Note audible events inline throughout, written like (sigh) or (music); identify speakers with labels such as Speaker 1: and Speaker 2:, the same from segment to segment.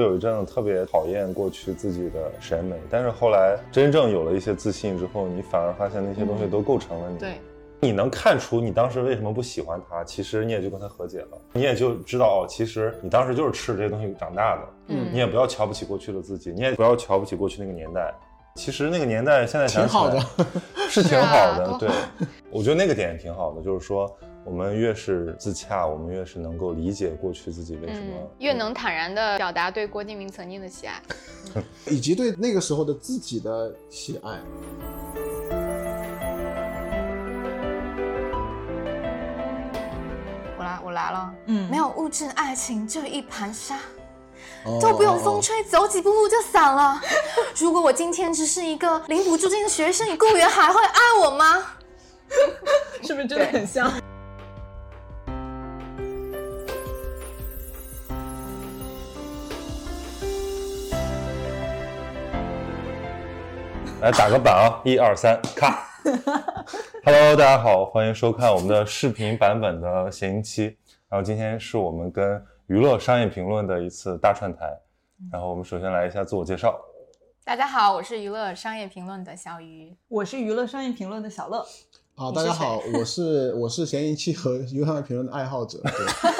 Speaker 1: 有一阵子特别讨厌过去自己的审美，但是后来真正有了一些自信之后，你反而发现那些东西都构成了你。
Speaker 2: 嗯对，
Speaker 1: 你能看出你当时为什么不喜欢它，其实你也就跟它和解了，你也就知道哦，其实你当时就是吃着这些东西长大的。
Speaker 2: 嗯
Speaker 1: 你也不要瞧不起过去的自己，你也不要瞧不起过去那个年代。其实那个年代现在想
Speaker 3: 挺
Speaker 1: 起来
Speaker 3: 好的，
Speaker 1: 是
Speaker 2: 是
Speaker 1: 挺
Speaker 2: 啊
Speaker 1: 好的。
Speaker 2: 多好
Speaker 1: 对，我觉得那个点也挺好的，就是说我们越是自洽，我们越是能够理解过去自己为什么、
Speaker 2: 嗯，越能坦然的表达对郭敬明曾经的喜爱。
Speaker 4: 嗯
Speaker 3: 以及对那个时候的自己的喜爱。
Speaker 2: 我来，我来了。
Speaker 5: 嗯，
Speaker 4: 没有物质爱情，就一盘沙，
Speaker 3: 哦
Speaker 4: 都不用
Speaker 3: 哦
Speaker 4: 风
Speaker 3: 哦
Speaker 4: 吹，走几步路就
Speaker 2: (laughs)
Speaker 4: 散了。如果我今天只是一个零补助金的学生，你雇员还会爱我吗？
Speaker 5: 是不是真的很像？
Speaker 1: 来打个板啊，一二三，咔！Hello，大家好，欢迎收看我们的视频版本的谐音七。然后今天是我们跟娱乐商业评论的一次大串台。然后我们首先来一下自我介绍，
Speaker 2: 大家好，我是娱乐商业评论的小鱼。
Speaker 5: (laughs) 我是娱乐商业评论的小乐，
Speaker 3: 好，
Speaker 2: 你
Speaker 3: 大
Speaker 2: 是
Speaker 3: 家好，
Speaker 2: (laughs)
Speaker 3: 我是我是闲云七和娱乐评论的爱好者，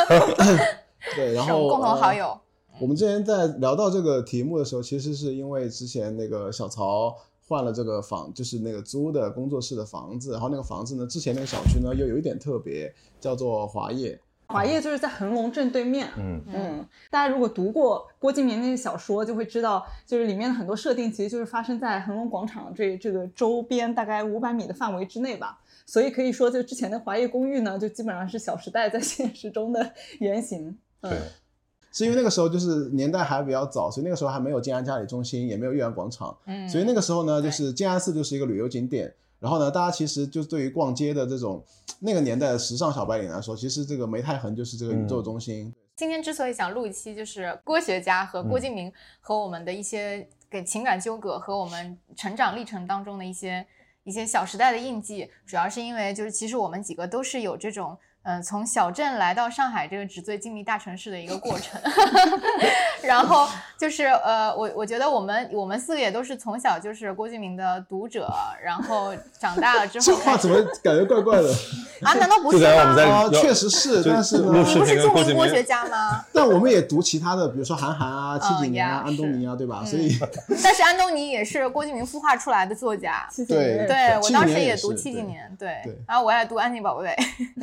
Speaker 3: 对，
Speaker 2: (laughs)
Speaker 3: 对，然
Speaker 2: 是我
Speaker 3: 后
Speaker 2: 们共同好友。
Speaker 3: 呃我们之前在聊到这个题目的时候，其实是因为之前那个小曹换了这个房，就是那个租的工作室的房子，然后那个房子呢，之前那个小区呢又有一点特别，叫做华业，
Speaker 5: 华业就是在恒隆正对面。
Speaker 1: 嗯，
Speaker 5: 嗯，大家如果读过郭敬明那些小说，就会知道，就是里面的很多设定其实就是发生在恒隆广场这这个周边大概五百米的范围之内吧。所以可以说，就之前的华业公寓呢，就基本上是《小时代》在现实中的原型。嗯
Speaker 1: 对，
Speaker 3: 是因为那个时候就是年代还比较早，所以那个时候还没有静安嘉里中心，也没有悦安广场，
Speaker 2: 嗯，
Speaker 3: 所以那个时候呢，
Speaker 2: 对
Speaker 3: 就是静安寺就是一个旅游景点。然后呢，大家其实就是对于逛街的这种那个年代的时尚小白领啊来说，其实这个梅太恒就是这个宇宙中心。
Speaker 2: 今天之所以想录一期，就是郭学家和
Speaker 1: 嗯
Speaker 2: 郭敬明和我们的一些给情感纠葛和我们成长历程当中的一些一些小时代的印记，主要是因为就是其实我们几个都是有这种。嗯，从小镇来到上海这个纸醉金迷大城市的一个过程， (laughs) 然后就是呃，我我觉得我们我们四个也都是从小就是郭敬明的读者，然后长大了之
Speaker 3: 这
Speaker 2: 后哎
Speaker 3: 话怎么感觉怪怪的？
Speaker 2: 啊，难道不是
Speaker 1: 就感觉我 (laughs) 们在
Speaker 2: 吗？
Speaker 3: 啊，
Speaker 1: 要
Speaker 3: 确实是，
Speaker 1: 就
Speaker 3: 但是呢
Speaker 1: 录，
Speaker 2: 你不
Speaker 1: 视频
Speaker 2: 是
Speaker 1: 跟
Speaker 2: 著
Speaker 1: 郭
Speaker 2: 名
Speaker 1: 敬
Speaker 2: 郭
Speaker 1: 明
Speaker 2: 学家吗？
Speaker 3: 但我们也读其他的，比如说韩寒啊、戚
Speaker 2: 嗯
Speaker 3: 景明啊、
Speaker 2: 呀
Speaker 3: 安东尼啊，对吧？
Speaker 2: 是嗯
Speaker 3: 所以 (laughs)
Speaker 2: (laughs) 但是安东尼也是郭敬明孵化出来的作家。
Speaker 5: 七姐
Speaker 3: 对
Speaker 5: 妹
Speaker 2: 对我
Speaker 3: 七
Speaker 2: 当
Speaker 3: 几
Speaker 2: 时
Speaker 3: 年也
Speaker 2: 读
Speaker 3: 是
Speaker 2: 七几
Speaker 3: 对
Speaker 2: 年，对，
Speaker 3: 对
Speaker 2: 然后我也读安妮宝贝。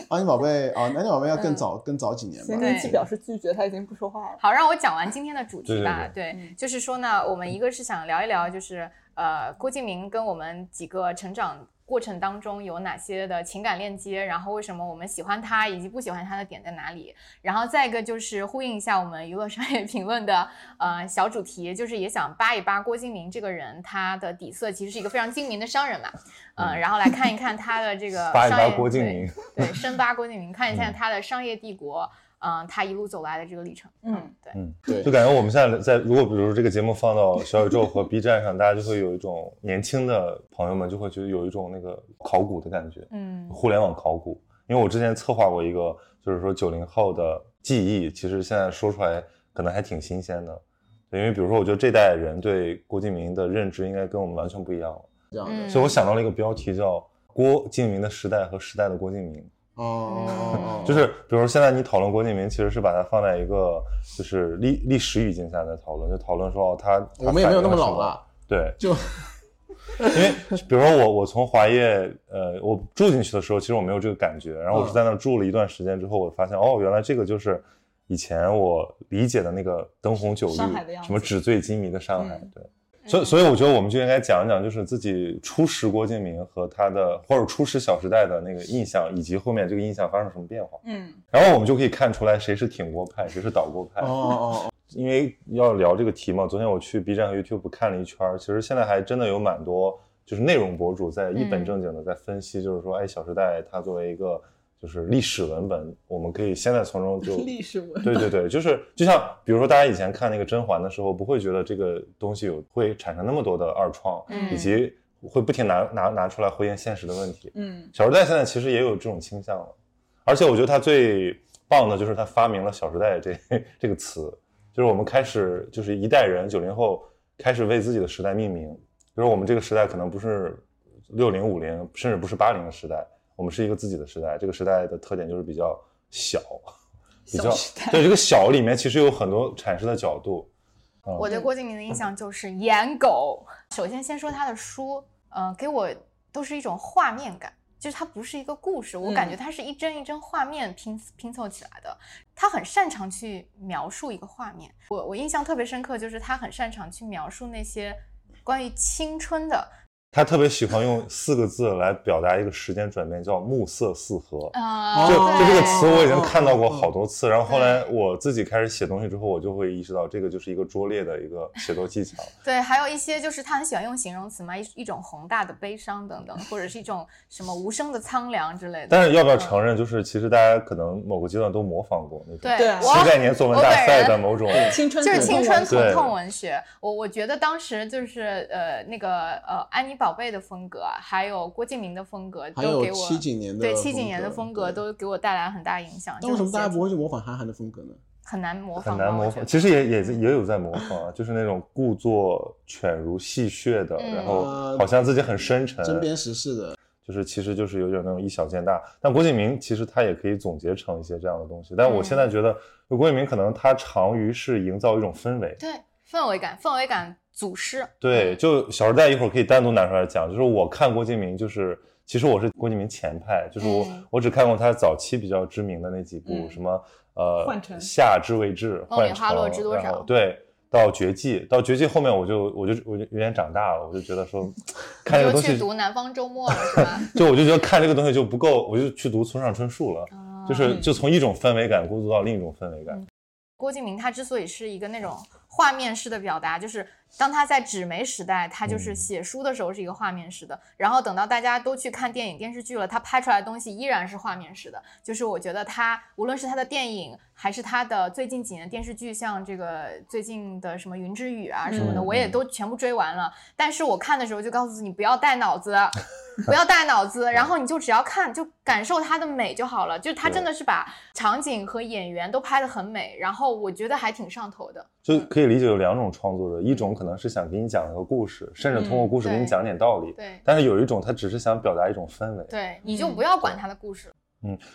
Speaker 3: 安妮宝贝啊，安妮宝贝要更
Speaker 2: 嗯
Speaker 3: 早更早几年吧
Speaker 5: 咸。
Speaker 2: 对
Speaker 5: 宁七表示拒绝，他已经不说话了。
Speaker 2: 好，让我讲完今天的主题吧。
Speaker 1: 对
Speaker 5: 嗯
Speaker 2: 就是说呢，我们一个是想聊一聊，就是呃，郭敬明跟我们几个成长过程当中有哪些的情感链接，然后为什么我们喜欢他以及不喜欢他的点在哪里。然后再一个就是呼应一下我们娱乐商业评论的呃小主题，就是也想扒一扒郭敬明这个人，他的底色其实是一个非常精明的商人嘛，呃，
Speaker 1: 嗯
Speaker 2: 然后来看一看他的这个
Speaker 1: 扒一
Speaker 2: 商
Speaker 1: 扒
Speaker 2: 业
Speaker 1: 郭敬
Speaker 2: 对
Speaker 1: 明，
Speaker 2: 对，深扒郭敬明，看一下
Speaker 1: 嗯
Speaker 2: 他的商业帝国，嗯、他一路走来的这个历程。
Speaker 5: 嗯，
Speaker 2: 对，
Speaker 1: 嗯，
Speaker 3: 对
Speaker 1: 就感觉我们现在在，如果比如说这个节目放到小宇宙和 B 站上，大家就会有一种年轻的朋友们就会觉得有一种那个考古的感觉，
Speaker 2: 嗯
Speaker 1: 互联网考古。因为我之前策划过一个，就是说九零后的记忆，其实现在说出来可能还挺新鲜的。对因为比如说，我觉得这代人对郭敬明的认知应该跟我们完全不一样，
Speaker 3: 这样的
Speaker 2: 嗯，
Speaker 1: 所以我想到了一个标题叫“郭敬明的时代和时代的郭敬明”。
Speaker 3: 哦哦哦，哦
Speaker 1: 嗯就是比如说现在你讨论郭敬明，其实是把它放在一个就是历历史语境下在讨论，就讨论说哦他
Speaker 3: 我们也没有那么老
Speaker 1: 了。
Speaker 3: 了，
Speaker 1: 对，
Speaker 3: 就
Speaker 1: 因为比如说我我从华业呃我住进去的时候，其实我没有这个感觉，然后我
Speaker 5: 嗯
Speaker 1: 是在那儿住了一段时间之后，我发现哦原来这个就是以前我理解的那个灯红酒绿
Speaker 5: 上海的样，子
Speaker 1: 什么纸醉金迷的上海
Speaker 5: 嗯，
Speaker 1: 对。所以，所以我觉得我们就应该讲一讲，就是自己初识郭敬明和他的，或者初识《小时代》的那个印象，以及后面这个印象发生什么变化。
Speaker 5: 嗯，
Speaker 1: 然后我们就可以看出来谁是挺郭派，谁是倒郭派。
Speaker 3: 哦哦哦，
Speaker 1: 因为要聊这个题嘛，昨天我去 B 站和 YouTube 看了一圈儿，其实现在还真的有蛮多就是内容博主在一本正经的在分析，就是说，哎，《小时代》它作为一个就是历史文本，我们可以现在从中就
Speaker 5: (laughs) 历史文
Speaker 1: 对对对，就是就像比如说大家以前看那个甄嬛的时候，不会觉得这个东西有会产生那么多的二创，
Speaker 2: 嗯
Speaker 1: 以及会不停拿拿拿出来回应现实的问题。
Speaker 5: 嗯，
Speaker 1: 《小时代》现在其实也有这种倾向了，而且我觉得它最棒的就是它发明了“小时代这”这个词，就是我们开始就是一代人九零后开始为自己的时代命名，就是我们这个时代可能不是六零五零，甚至不是八零的时代，我们是一个自己的时代。这个时代的特点就是比较小，比较
Speaker 5: 小时代
Speaker 1: 对这个小里面其实有很多阐释的角度。嗯
Speaker 2: 我对郭敬明的印象就是颜狗。首先先说他的书，呃，给我都是一种画面感，就是它不是一个故事，我感觉它是一帧一帧画面拼拼凑起来的。他很擅长去描述一个画面，我我印象特别深刻，就是他很擅长去描述那些关于青春的，
Speaker 1: 他特别喜欢用四个字来表达一个时间转变，叫暮色四合。
Speaker 2: 呃，
Speaker 1: 哦就
Speaker 2: 对
Speaker 1: 就这个词我已经看到过
Speaker 3: 哦哦哦
Speaker 1: 好多次，然后后来
Speaker 2: 嗯
Speaker 1: 我自己开始写东西之后，我就会意识到这个就是一个拙劣的一个写作技巧。
Speaker 2: 对，还有一些就是他很喜欢用形容词嘛，一一种宏大的悲伤等等，或者是一种什么无声的苍凉之类的。
Speaker 1: 但是要不要
Speaker 2: 嗯
Speaker 1: 承认，就是其实大家可能某个阶段都模仿过那种
Speaker 2: 对
Speaker 5: 对啊
Speaker 1: 七
Speaker 2: 我
Speaker 1: 概年作文大赛的某种，
Speaker 5: 青春
Speaker 2: 就是
Speaker 5: 疼
Speaker 2: 青
Speaker 5: 痛
Speaker 2: 春
Speaker 5: 文
Speaker 2: 疼
Speaker 1: 对
Speaker 2: 痛文学。我我觉得当时就是呃那个呃安妮宝贝的风格，啊还有郭敬明的风格，
Speaker 3: 还
Speaker 2: 都
Speaker 3: 有
Speaker 2: 给我
Speaker 3: 七几年的
Speaker 2: 对七几年的
Speaker 3: 风
Speaker 2: 风格
Speaker 3: 对
Speaker 2: 都给我带来很大影响。
Speaker 3: 那为什么大家
Speaker 2: 就是
Speaker 3: 不会去模仿韩寒的风格呢？
Speaker 2: 很难模
Speaker 1: 很
Speaker 2: 仿吧？
Speaker 1: 难模
Speaker 2: 我觉
Speaker 1: 仿。
Speaker 2: 得
Speaker 1: 其实也也也有在模仿啊，就是那种故作犬儒戏谑的，
Speaker 2: 嗯
Speaker 1: 然后好像自己很深沉，
Speaker 3: 针砭时事的，
Speaker 1: 就是其实就是有点那种以小见大。但郭敬明其实他也可以总结成一些这样的东西。但我
Speaker 2: 嗯
Speaker 1: 现在觉得，就郭敬明可能他长于是营造一种氛围。
Speaker 2: 对氛围感，氛围感祖师。
Speaker 1: 对，就《小时代》一会儿可以单独拿出来讲。就是我看郭敬明，就是其实我是郭敬明前派，就是我、
Speaker 2: 嗯
Speaker 1: 我只看过他早期比较知名的那几部，
Speaker 5: 嗯
Speaker 1: 什么呃
Speaker 5: 幻城
Speaker 1: 夏之未至》《
Speaker 2: 梦里
Speaker 1: 幻城
Speaker 2: 哦花落知多少
Speaker 1: 然后对。到绝技，到绝技后面我就我就我就有点长大了，我就觉得
Speaker 2: (laughs)
Speaker 1: 说，看这个
Speaker 2: 就
Speaker 1: 东
Speaker 2: 去
Speaker 1: 西，
Speaker 2: 读南方周末了是吧？ (laughs)
Speaker 1: 就我就觉得看这个东西就不够，我就去读村上春树了，
Speaker 2: 啊
Speaker 1: (laughs) 就是就从一种氛围感过渡到另一种氛围感。
Speaker 2: 嗯郭敬明他之所以是一个那种画面式的表达，就是当他在纸媒时代，他就是
Speaker 1: 嗯
Speaker 2: 写书的时候是一个画面式的，然后等到大家都去看电影电视剧了，他拍出来的东西依然是画面式的。就是我觉得他无论是他的电影，还是他的最近几年电视剧，像这个最近的什么《云之羽》啊什么的，
Speaker 1: 嗯
Speaker 2: 我也都全部追完了。但是我看的时候就告诉你不要带脑子，不要带脑子，然后你就只要看，就感受它的美就好了。就是他
Speaker 1: 对
Speaker 2: 真的是把场景和演员都拍得很美，然后我觉得还挺上头的。
Speaker 1: 就可以理解有两种创作者，一种可能是想给你讲一个故事，甚至通过故事给你
Speaker 2: 嗯对
Speaker 1: 讲点道理，
Speaker 2: 对
Speaker 1: 但是有一种他只是想表达一种氛围。
Speaker 2: 对，你就不要管他的故事了。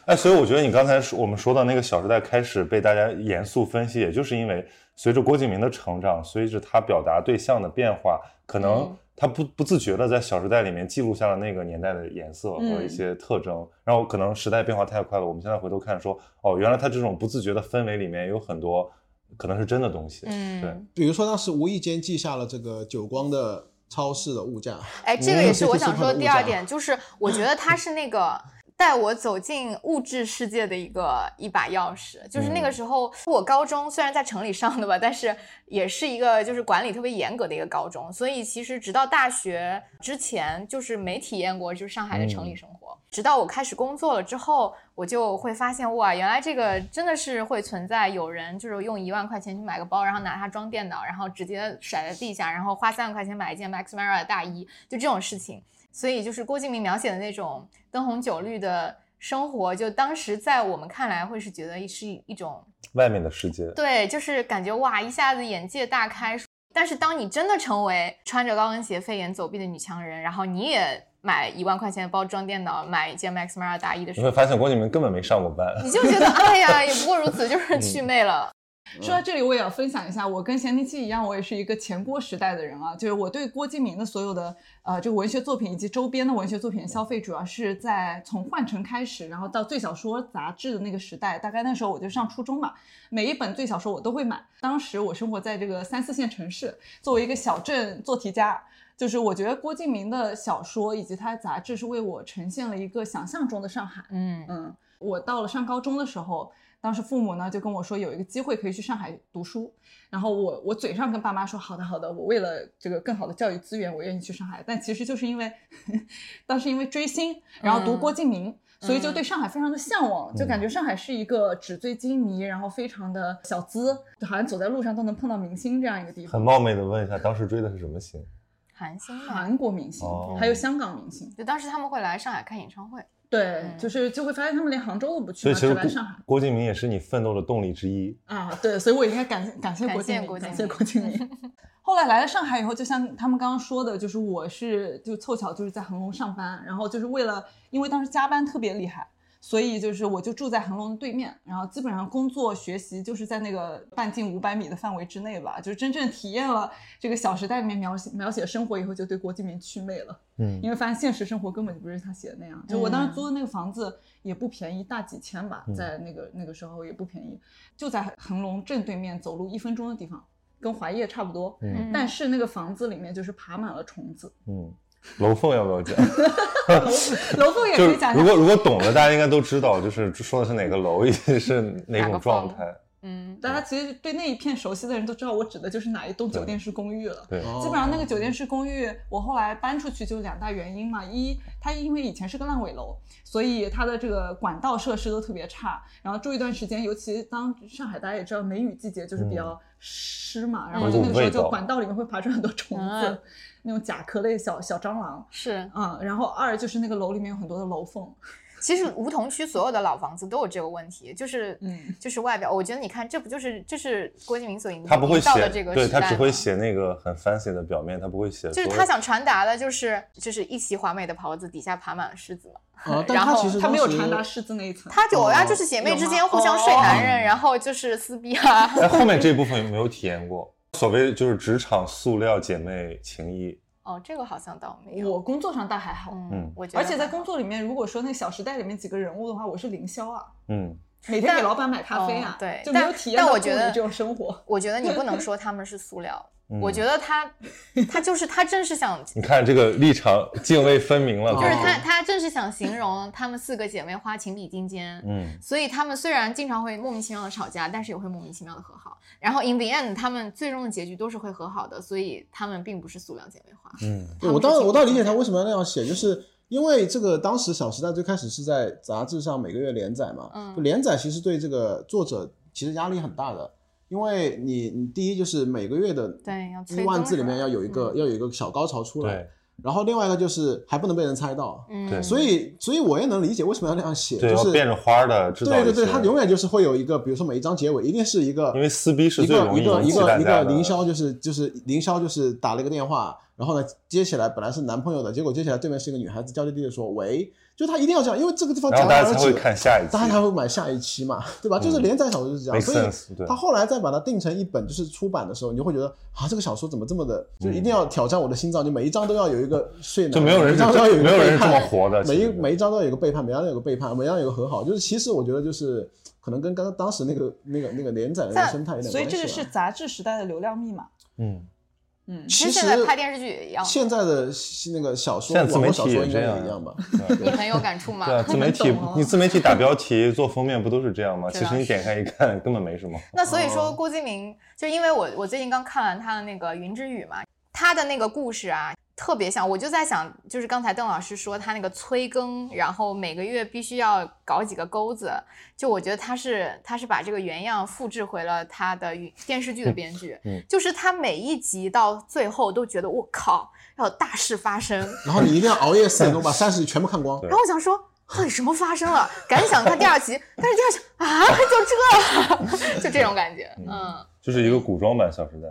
Speaker 1: 哎，所以我觉得你刚才说我们说到那个《小时代》开始被大家严肃分析，也就是因为随着郭敬明的成长，随着他表达对象的变化，可能
Speaker 2: 嗯
Speaker 1: 他不不自觉的在《小时代》里面记录下了那个年代的颜色和一
Speaker 5: 嗯
Speaker 1: 些特征，然后可能时代变化太快了，我们现在回头看说，哦，原来他这种不自觉的氛围里面有很多可能是真的东西。对
Speaker 2: 嗯，
Speaker 3: 比如说当时无意间记下了这个久光的超市的物价，
Speaker 2: 哎，这个
Speaker 3: 嗯
Speaker 2: 也是
Speaker 3: 这
Speaker 2: 我
Speaker 3: 就是
Speaker 2: 想
Speaker 3: 他
Speaker 2: 说
Speaker 3: 的
Speaker 2: 的
Speaker 3: 物
Speaker 2: 第二
Speaker 3: 价
Speaker 2: 点，就是我觉得它是那个带我走进物质世界的一个一把钥匙。就是那个
Speaker 1: 嗯
Speaker 2: 时候，我高中虽然在城里上的吧，但是也是一个就是管理特别严格的一个高中，所以其实直到大学之前，就是没体验过就是上海的城里
Speaker 1: 嗯
Speaker 2: 生活。直到我开始工作了之后，我就会发现哇，原来这个真的是会存在有人就是用一万块钱去买个包，然后拿它装电脑，然后直接甩在地下，然后花三万块钱买一件 Max Mara 的大衣，就这种事情。所以就是郭敬明描写的那种灯红酒绿的生活，就当时在我们看来会是觉得是一种
Speaker 1: 外面的世界，
Speaker 2: 对，就是感觉哇，一下子眼界大开。但是当你真的成为穿着高跟鞋飞檐走壁的女强人，然后你也买一万块钱的包装电脑，买一件 Max Mara 大衣的时
Speaker 1: 你会
Speaker 2: 候，
Speaker 1: 发现郭敬明根本没上过班。
Speaker 2: 你就觉得哎呀，也不过如
Speaker 1: 嗯
Speaker 2: 此，就是祛魅了。
Speaker 5: 说到这里，我也要分享一下，我跟咸宁七一样，我也是一个前郭时代的人啊。就是我对郭敬明的所有的呃这个文学作品以及周边的文学作品的消费，主要是在从《幻城》开始，然后到《最小说》杂志的那个时代，大概那时候我就上初中嘛，每一本《最小说》我都会买。当时我生活在这个三四线城市，作为一个小镇做题家，就是我觉得郭敬明的小说以及他的杂志是为我呈现了一个想象中的上海。
Speaker 2: 嗯
Speaker 5: 嗯，我到了上高中的时候，当时父母呢就跟我说有一个机会可以去上海读书，然后我我嘴上跟爸妈说好的好的，我为了这个更好的教育资源，我愿意去上海，但其实就是因为 (laughs) 当时因为追星，然后读
Speaker 2: 嗯
Speaker 5: 郭敬明。所以就
Speaker 2: 嗯
Speaker 5: 对上海非常的向
Speaker 1: 嗯
Speaker 5: 往，就感觉上海是一个纸醉金迷，然后非常的小资，就好像走在路上都能碰到明星这样一个地
Speaker 1: 很
Speaker 5: 方。
Speaker 1: 冒昧的问一下，当时追的是什么星？
Speaker 2: 韩星嘛，
Speaker 5: 韩国明星，
Speaker 1: 哦
Speaker 5: 还有香港明星，
Speaker 2: 就当时他们会来上海看演唱会，
Speaker 5: 对，
Speaker 2: 嗯
Speaker 5: 就是就会发现他们连杭州都不去
Speaker 1: 所以
Speaker 5: 嘛，
Speaker 1: 其实
Speaker 5: 只
Speaker 1: 郭
Speaker 5: 来上海
Speaker 1: 郭敬明也是你奋斗的动力之一。
Speaker 5: 啊。对，所以我应该感感谢
Speaker 2: 感
Speaker 5: 郭
Speaker 2: 谢
Speaker 5: 敬
Speaker 2: 郭
Speaker 5: 明，感
Speaker 2: 敬
Speaker 5: 谢
Speaker 2: 明
Speaker 5: 郭敬明。 (laughs) 后来来了上海以后，就像他们刚刚说的，就是我是就凑巧就是在恒隆上班，然后就是为了因为当时加班特别厉害，所以就是我就住在恒隆的对面，然后基本上工作学习就是在那个半径五百米的范围之内吧，就是真正体验了这个《小时代》里面描写描写生活以后，就对郭敬明祛魅了。
Speaker 1: 嗯
Speaker 5: 因为发现现实生活根本就不是他写的那样。就我当
Speaker 2: 嗯
Speaker 5: 时租的那个房子也不便宜，大几千吧
Speaker 1: 嗯，
Speaker 5: 在那个那个时候也不便宜，就在恒隆正对面，走路一分钟的地方，跟华业差不多。
Speaker 1: 嗯
Speaker 5: 但是那个房子里面就是爬满了
Speaker 1: (laughs)
Speaker 5: 虫子，
Speaker 1: 嗯，楼凤要不
Speaker 2: (laughs)
Speaker 1: 要讲？
Speaker 5: 楼凤也
Speaker 1: 就
Speaker 5: 可以
Speaker 1: 是
Speaker 5: 讲一
Speaker 1: 如
Speaker 5: 下。
Speaker 1: 果如果懂的，大家应该都知道，就是说的是哪个楼，以及是哪种状态。
Speaker 2: 嗯，
Speaker 5: 大家其实对那一片熟悉的人都知道，我指的就是哪一栋酒店式公寓了。
Speaker 1: 对，
Speaker 3: 哦
Speaker 5: 基本上那个酒店式公寓，我后来搬出去就两大原因嘛，一它因为以前是个烂尾楼，所以它的这个管道设施都特别差，然后住一段时间，尤其当上海大家也知道梅雨季节就是
Speaker 3: 嗯
Speaker 5: 比较湿嘛，然后就那个时候就管道里面会爬出很多虫子，
Speaker 2: 嗯
Speaker 5: 那种甲壳类小小蟑螂，
Speaker 2: 是。
Speaker 5: 嗯，然后二就是那个楼里面有很多的楼缝，
Speaker 2: 其实梧桐区所有的老房子都有这个问题，就是
Speaker 5: 嗯
Speaker 2: 就是外表，我觉得你看，这不就是这是郭敬明所营
Speaker 1: 他不会
Speaker 2: 营造的
Speaker 1: 写
Speaker 2: 这，个
Speaker 1: 对
Speaker 2: 时
Speaker 1: 他
Speaker 2: 代
Speaker 1: 只会
Speaker 2: 吗
Speaker 1: 写那个很 fancy 的表面，他不会写
Speaker 2: 就
Speaker 1: 所有。
Speaker 2: 是他想传达的，就是就是一袭华美的袍子底下爬满了虱子嘛。
Speaker 3: 啊，但
Speaker 2: 然
Speaker 3: 他
Speaker 2: 后
Speaker 3: 其实
Speaker 5: 它没有
Speaker 3: 当时
Speaker 5: 传达狮子那一层，
Speaker 2: 他就
Speaker 3: 哦
Speaker 2: 啊，就是姐妹
Speaker 5: 有
Speaker 2: 之
Speaker 5: 吗
Speaker 2: 间互相睡
Speaker 5: 哦
Speaker 2: 男人，然后就是撕逼啊。 (laughs)
Speaker 1: 哎，后面这部分有没有体验过？所谓就是职场塑料姐妹情谊，
Speaker 2: 哦，这个好像倒没有。
Speaker 5: 我工作上倒还好。
Speaker 2: 嗯
Speaker 1: 嗯，
Speaker 2: 我觉得
Speaker 5: 而且在
Speaker 2: 还好
Speaker 5: 工作里面，如果说那《小时代》里面几个人物的话，我是凌霄啊，
Speaker 1: 嗯，
Speaker 5: 每天给老板买咖啡
Speaker 2: 哦，
Speaker 5: 啊
Speaker 2: 对
Speaker 5: 就没有
Speaker 2: 但
Speaker 5: 体验到
Speaker 2: 但
Speaker 5: 过
Speaker 2: 我
Speaker 5: 你
Speaker 2: 觉得
Speaker 5: 这种生活。
Speaker 2: 我觉得你不
Speaker 5: (laughs)
Speaker 2: 能说他们是塑料，
Speaker 1: 嗯
Speaker 2: 我觉得他他就是他正是想，就
Speaker 5: 哦
Speaker 1: 你看这个立场 (laughs) 泾渭分明了，
Speaker 3: 就是
Speaker 1: 各
Speaker 2: 他
Speaker 1: 位
Speaker 2: 他正是想形容她们四个姐妹花情比金坚。
Speaker 1: 嗯，
Speaker 2: 所以她们虽然经常会莫名其妙的吵架，但是也会莫名其妙的和好。然后 in the end，她们最终的结局都是会和好的，所以她们并不是塑料姐妹花。
Speaker 1: 嗯，
Speaker 3: 对我倒我倒理解他为什么要那样写，就是因为这个当时《小时代》最开始是在杂志上每个月连载嘛，
Speaker 2: 嗯
Speaker 3: 就连载其实对这个作者其实压力很大的，因为你你第一就是每个月的
Speaker 2: 对要催
Speaker 3: 一万
Speaker 2: 更
Speaker 3: 字里
Speaker 2: 是吧
Speaker 3: 面要有一个、
Speaker 2: 嗯
Speaker 3: 要有一个小高潮出来
Speaker 1: 对，
Speaker 3: 然后另外一个就是还不能被人猜到，
Speaker 2: 嗯，
Speaker 1: 对
Speaker 3: 所以所以我也能理解为什么要那样写，
Speaker 1: 对，
Speaker 3: 就
Speaker 1: 要
Speaker 3: 是
Speaker 1: 变着花儿的制造
Speaker 3: 对对
Speaker 1: 一
Speaker 3: 对，
Speaker 1: 些
Speaker 3: 他永远就是会有一个，比如说每一章结尾一定是一个，
Speaker 1: 因为撕逼是
Speaker 3: 一
Speaker 1: 最
Speaker 3: 个
Speaker 1: 容易
Speaker 3: 一个
Speaker 1: 引
Speaker 3: 一
Speaker 1: 起
Speaker 3: 个
Speaker 1: 大
Speaker 3: 一
Speaker 1: 家
Speaker 3: 个
Speaker 1: 的
Speaker 3: 凌霄就是就是凌霄就是打了一个电话，然后呢接起来本来是男朋友的，结果接起来对面是一个女孩子，娇滴滴的说喂，就他一定要这样，因为这个地方
Speaker 1: 然
Speaker 3: 戛
Speaker 1: 后大
Speaker 3: 然
Speaker 1: 家
Speaker 3: 而
Speaker 1: 才会
Speaker 3: 止，
Speaker 1: 看下一集
Speaker 3: 大家才会买下一期嘛，对吧？就是
Speaker 1: 嗯
Speaker 3: 连载小说就是这样，
Speaker 1: ，make
Speaker 3: 所以
Speaker 1: sense，对
Speaker 3: 他，后来再把它定成一本，就是出版的时候，你就会觉得啊，这个小说怎么这么的，就一定要挑战我的心脏，就每一章都要有一个睡男，
Speaker 1: 就没有人
Speaker 3: 每一
Speaker 1: 是
Speaker 3: 章都要有一
Speaker 1: 这
Speaker 3: 个
Speaker 1: 没有人
Speaker 3: 背
Speaker 1: 是这
Speaker 3: 叛
Speaker 1: 么活的，
Speaker 3: 每
Speaker 1: 呃其
Speaker 3: 一
Speaker 1: 实
Speaker 3: 每一章都有一个背叛，每章都有个背叛，每章有个和好，就是其实我觉得就是可能跟刚当时那个那个那个连载的那个
Speaker 5: 但
Speaker 3: 呃生态有点关系吧。啊
Speaker 5: 所以这个是杂志时代的流量密码。
Speaker 1: 嗯，
Speaker 5: 嗯，
Speaker 2: 其
Speaker 3: 其
Speaker 2: 实
Speaker 3: 实
Speaker 2: 现在拍电视剧也一样，
Speaker 3: 现在的西那个小说
Speaker 1: 现在自
Speaker 3: 网
Speaker 1: 媒
Speaker 3: 络
Speaker 1: 体
Speaker 3: 小说
Speaker 1: 也
Speaker 3: 应
Speaker 1: 这
Speaker 3: 该
Speaker 1: 样啊
Speaker 3: 也一样吧？
Speaker 2: 你很有感触吗？
Speaker 1: 对啊，自媒体
Speaker 5: 懂哦
Speaker 1: 你自媒体打标 (laughs) 题做封面不都是这样吗？
Speaker 2: 这
Speaker 1: 其实
Speaker 2: 倒
Speaker 1: 你点开一看根本没什么，
Speaker 2: 那所以说，
Speaker 3: 哦
Speaker 2: 郭敬明就因为我我最近刚看完他的那个《云之羽》嘛，他的那个故事啊，特别像，我就在想，就是刚才邓老师说他那个催更，然后每个月必须要搞几个钩子，就我觉得他是他是把这个原样复制回了他的云电视剧的编剧，
Speaker 1: 嗯
Speaker 2: 就是他每一集到最后都觉得我靠要有大事发生，
Speaker 3: 然后你一定要熬夜四
Speaker 1: (laughs)
Speaker 3: 点钟把三十集全部看光
Speaker 1: 对。
Speaker 2: 然后我想说。到底什么发生了？赶紧想看第二集，但是第二集啊，就这了，就 (laughs) 这种感觉，
Speaker 1: 嗯
Speaker 2: 嗯
Speaker 1: 就是一个古装版《小时代》。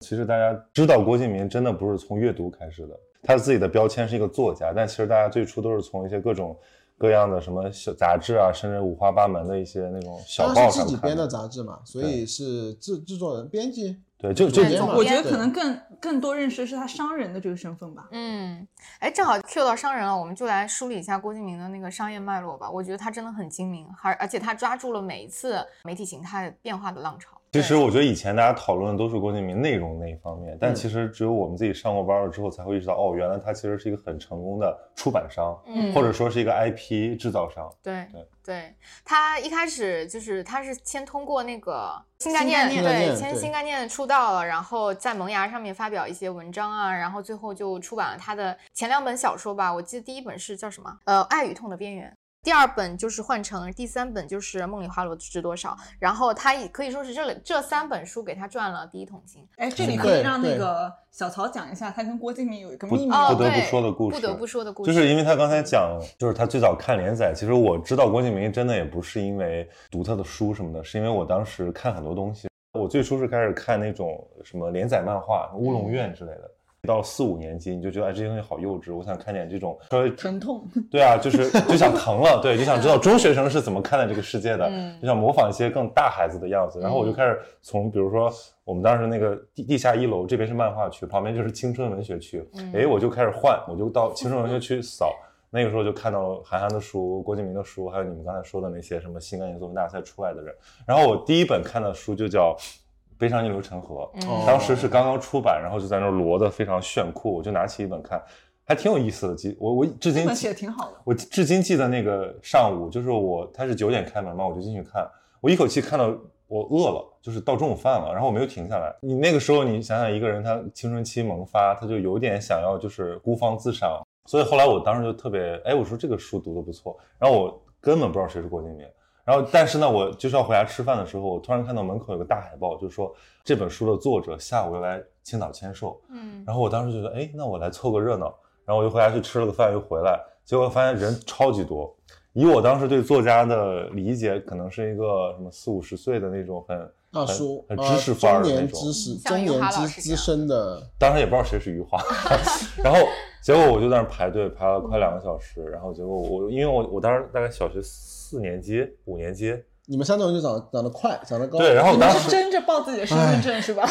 Speaker 1: 其实大家知道郭敬明真的不是从阅读开始的，他自己的标签是一个作家，但其实大家最初都是从一些各种各样的什么小杂志啊，甚至五花八门的一些那种小
Speaker 3: 当
Speaker 1: 报
Speaker 3: 然是
Speaker 1: 上
Speaker 3: 自己
Speaker 1: 看
Speaker 3: 编的。杂志嘛，所以是制制作人、编辑。
Speaker 1: 对，就就
Speaker 2: 对总
Speaker 5: 我
Speaker 2: 编
Speaker 5: 觉得
Speaker 3: 对
Speaker 5: 可能更更多认识是他商人的这个身份吧。
Speaker 2: 嗯，哎，正好 Q 到商人了，我们就来梳理一下郭敬明的那个商业脉络吧。我觉得他真的很精明，还而且他抓住了每一次媒体形态变化的浪潮。
Speaker 1: 其实我觉得以前大家讨论的都是郭敬明内容那一方面，但
Speaker 3: 嗯
Speaker 1: 其实只有我们自己上过班了之后，才会意识到，哦，原来他其实是一个很成功的出版商，
Speaker 2: 嗯
Speaker 1: 或者说是一个 IP 制造商。
Speaker 2: 对
Speaker 1: 对
Speaker 2: 对，他一开始就是他是先通过那个新概
Speaker 4: 新
Speaker 2: 念，
Speaker 4: 概念
Speaker 3: 新概
Speaker 2: 对，
Speaker 3: 念
Speaker 2: 先
Speaker 3: 对
Speaker 2: 新概念出道了，然后在萌芽上面发表一些文章啊，然后最后就出版了他的前两本小说吧。我记得第一本是叫什么？呃，《爱与痛的边缘》。第二本就是《幻城》，第三本就是《梦里花落知多少》，然后他也可以说是这这三本书给他赚了第一桶金。
Speaker 5: 哎，这里可
Speaker 3: 对
Speaker 5: 以让那
Speaker 3: 对
Speaker 5: 个小曹讲一下，他跟郭敬明有一个
Speaker 1: 不
Speaker 5: 秘密。
Speaker 1: 不
Speaker 2: 哦，
Speaker 1: 得
Speaker 2: 对，
Speaker 1: 不说的故
Speaker 2: 不得
Speaker 1: 事
Speaker 2: 不嗯说的故事，
Speaker 1: 就是因为他刚才讲，就是他最早看连载。其实我知道郭敬明真的也不是因为读他的书什么的，是因为我当时看很多东西。我最初是开始看那种什么连载漫画，《乌龙院》之类的。到了四五年级，你就觉得哎，这些东西好幼稚，我想看点这种稍微
Speaker 5: 疼痛， (laughs)
Speaker 1: 对啊，就是就想疼了，对，就想知道中学生是怎么看待这个世界的，
Speaker 2: 嗯
Speaker 1: 就想模仿一些更大孩子的样子。然后我就开始从，比如说我们当时那个地地下一楼，这边是漫画区，旁边就是青春文学区，哎
Speaker 2: 嗯
Speaker 1: 诶，我就开始换，我就到青春文学区扫。那个时候就看到韩寒的书、郭敬明的书，还有你们刚才说的那些什么新概念作文大赛出来的人。然后我第一本看的书就叫《悲伤逆流成河》，
Speaker 2: 嗯
Speaker 1: 当时是刚刚出版，然后就在那儿摞的非常炫酷，我就拿起一本看，还挺有意思的。记我我至
Speaker 5: 这
Speaker 1: 今
Speaker 5: 本
Speaker 1: 记
Speaker 5: 写的挺好的。
Speaker 1: 我至今记得那个上午，就是我他是九点开门嘛，我就进去看，我一口气看到我饿了，就是到中午饭了，然后我没有停下来。你那个时候，你想想一个人他青春期萌发，他就有点想要就是孤芳自赏，所以后来我当时就特别，哎，我说这个书读的不错，然后我根本不知道谁是郭敬明。然后，但是呢，我就是要回家吃饭的时候，我突然看到门口有个大海报，就说这本书的作者下午要来青岛签售。
Speaker 2: 嗯，
Speaker 1: 然后我当时觉得，哎，那我来凑个热闹，然后我就回家去吃了个饭，又回来，结果发现人超级多。以我当时对作家的理解，可能是一个什么四五十岁的那种很
Speaker 3: 大
Speaker 1: 很
Speaker 3: 叔，
Speaker 1: 很
Speaker 3: 呃
Speaker 1: 知识范儿的
Speaker 3: 中
Speaker 1: 那
Speaker 3: 年
Speaker 1: 种，
Speaker 3: 知识、
Speaker 2: 像
Speaker 3: 中
Speaker 2: 余
Speaker 3: 年
Speaker 2: 华老
Speaker 3: 资
Speaker 2: 师这
Speaker 3: 资
Speaker 2: 样
Speaker 3: 深的，
Speaker 1: 当然也不知道谁是余华。 (laughs) 然后结果我就在那儿排队排了快两个小时，然后结果我因为我我当时大概小学四年级、五年级，
Speaker 3: 你们山东人就长长得快，长得高，
Speaker 1: 对，然后我
Speaker 5: 你
Speaker 1: 当
Speaker 5: 们
Speaker 1: 时
Speaker 5: 是争着报自己的身
Speaker 3: 哎
Speaker 5: 份证是吧？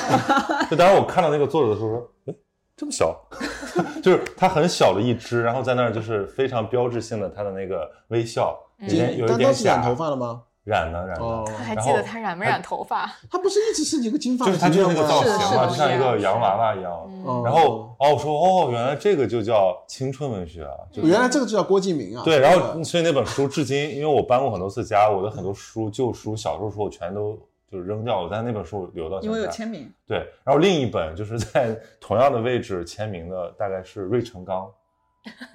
Speaker 1: 就当时我看到那个作者的时候说，哎，这么小， (laughs) 就是他很小的一只，然后在那儿就是非常标志性的他的那个微笑，有
Speaker 2: 嗯
Speaker 1: 点有一
Speaker 3: 但
Speaker 1: 点
Speaker 3: 当时
Speaker 1: 假
Speaker 3: 染头发了吗？
Speaker 1: 染了染了。
Speaker 3: 哦，
Speaker 2: 还
Speaker 1: 然
Speaker 2: 记得
Speaker 1: 后
Speaker 2: 他染没染头发？
Speaker 3: 他不是一直是一个金发
Speaker 1: 就
Speaker 3: 的
Speaker 1: 是他
Speaker 3: 形
Speaker 1: 就是
Speaker 3: 象
Speaker 1: 那
Speaker 3: 吗？
Speaker 1: 个造型嘛，
Speaker 5: 是嗯
Speaker 1: 就是像一个
Speaker 2: 是
Speaker 1: 洋娃娃一样。
Speaker 2: 嗯
Speaker 3: 哦
Speaker 1: 然后哦，我说哦，原来这个就叫青春文学啊，
Speaker 5: 嗯
Speaker 1: 就
Speaker 3: 原来这个就叫郭敬明啊。
Speaker 1: 对。然
Speaker 3: 这
Speaker 1: 后
Speaker 3: 个
Speaker 1: 所以那本书至今，因为我搬过很多次家，我的很多书、旧书、小时候书我全都就是扔掉了，但是那本书我留到
Speaker 5: 因为有
Speaker 1: 现在。
Speaker 5: 签名，
Speaker 1: 对，然后另一本就是在同样的位置签名的，大概是芮成钢。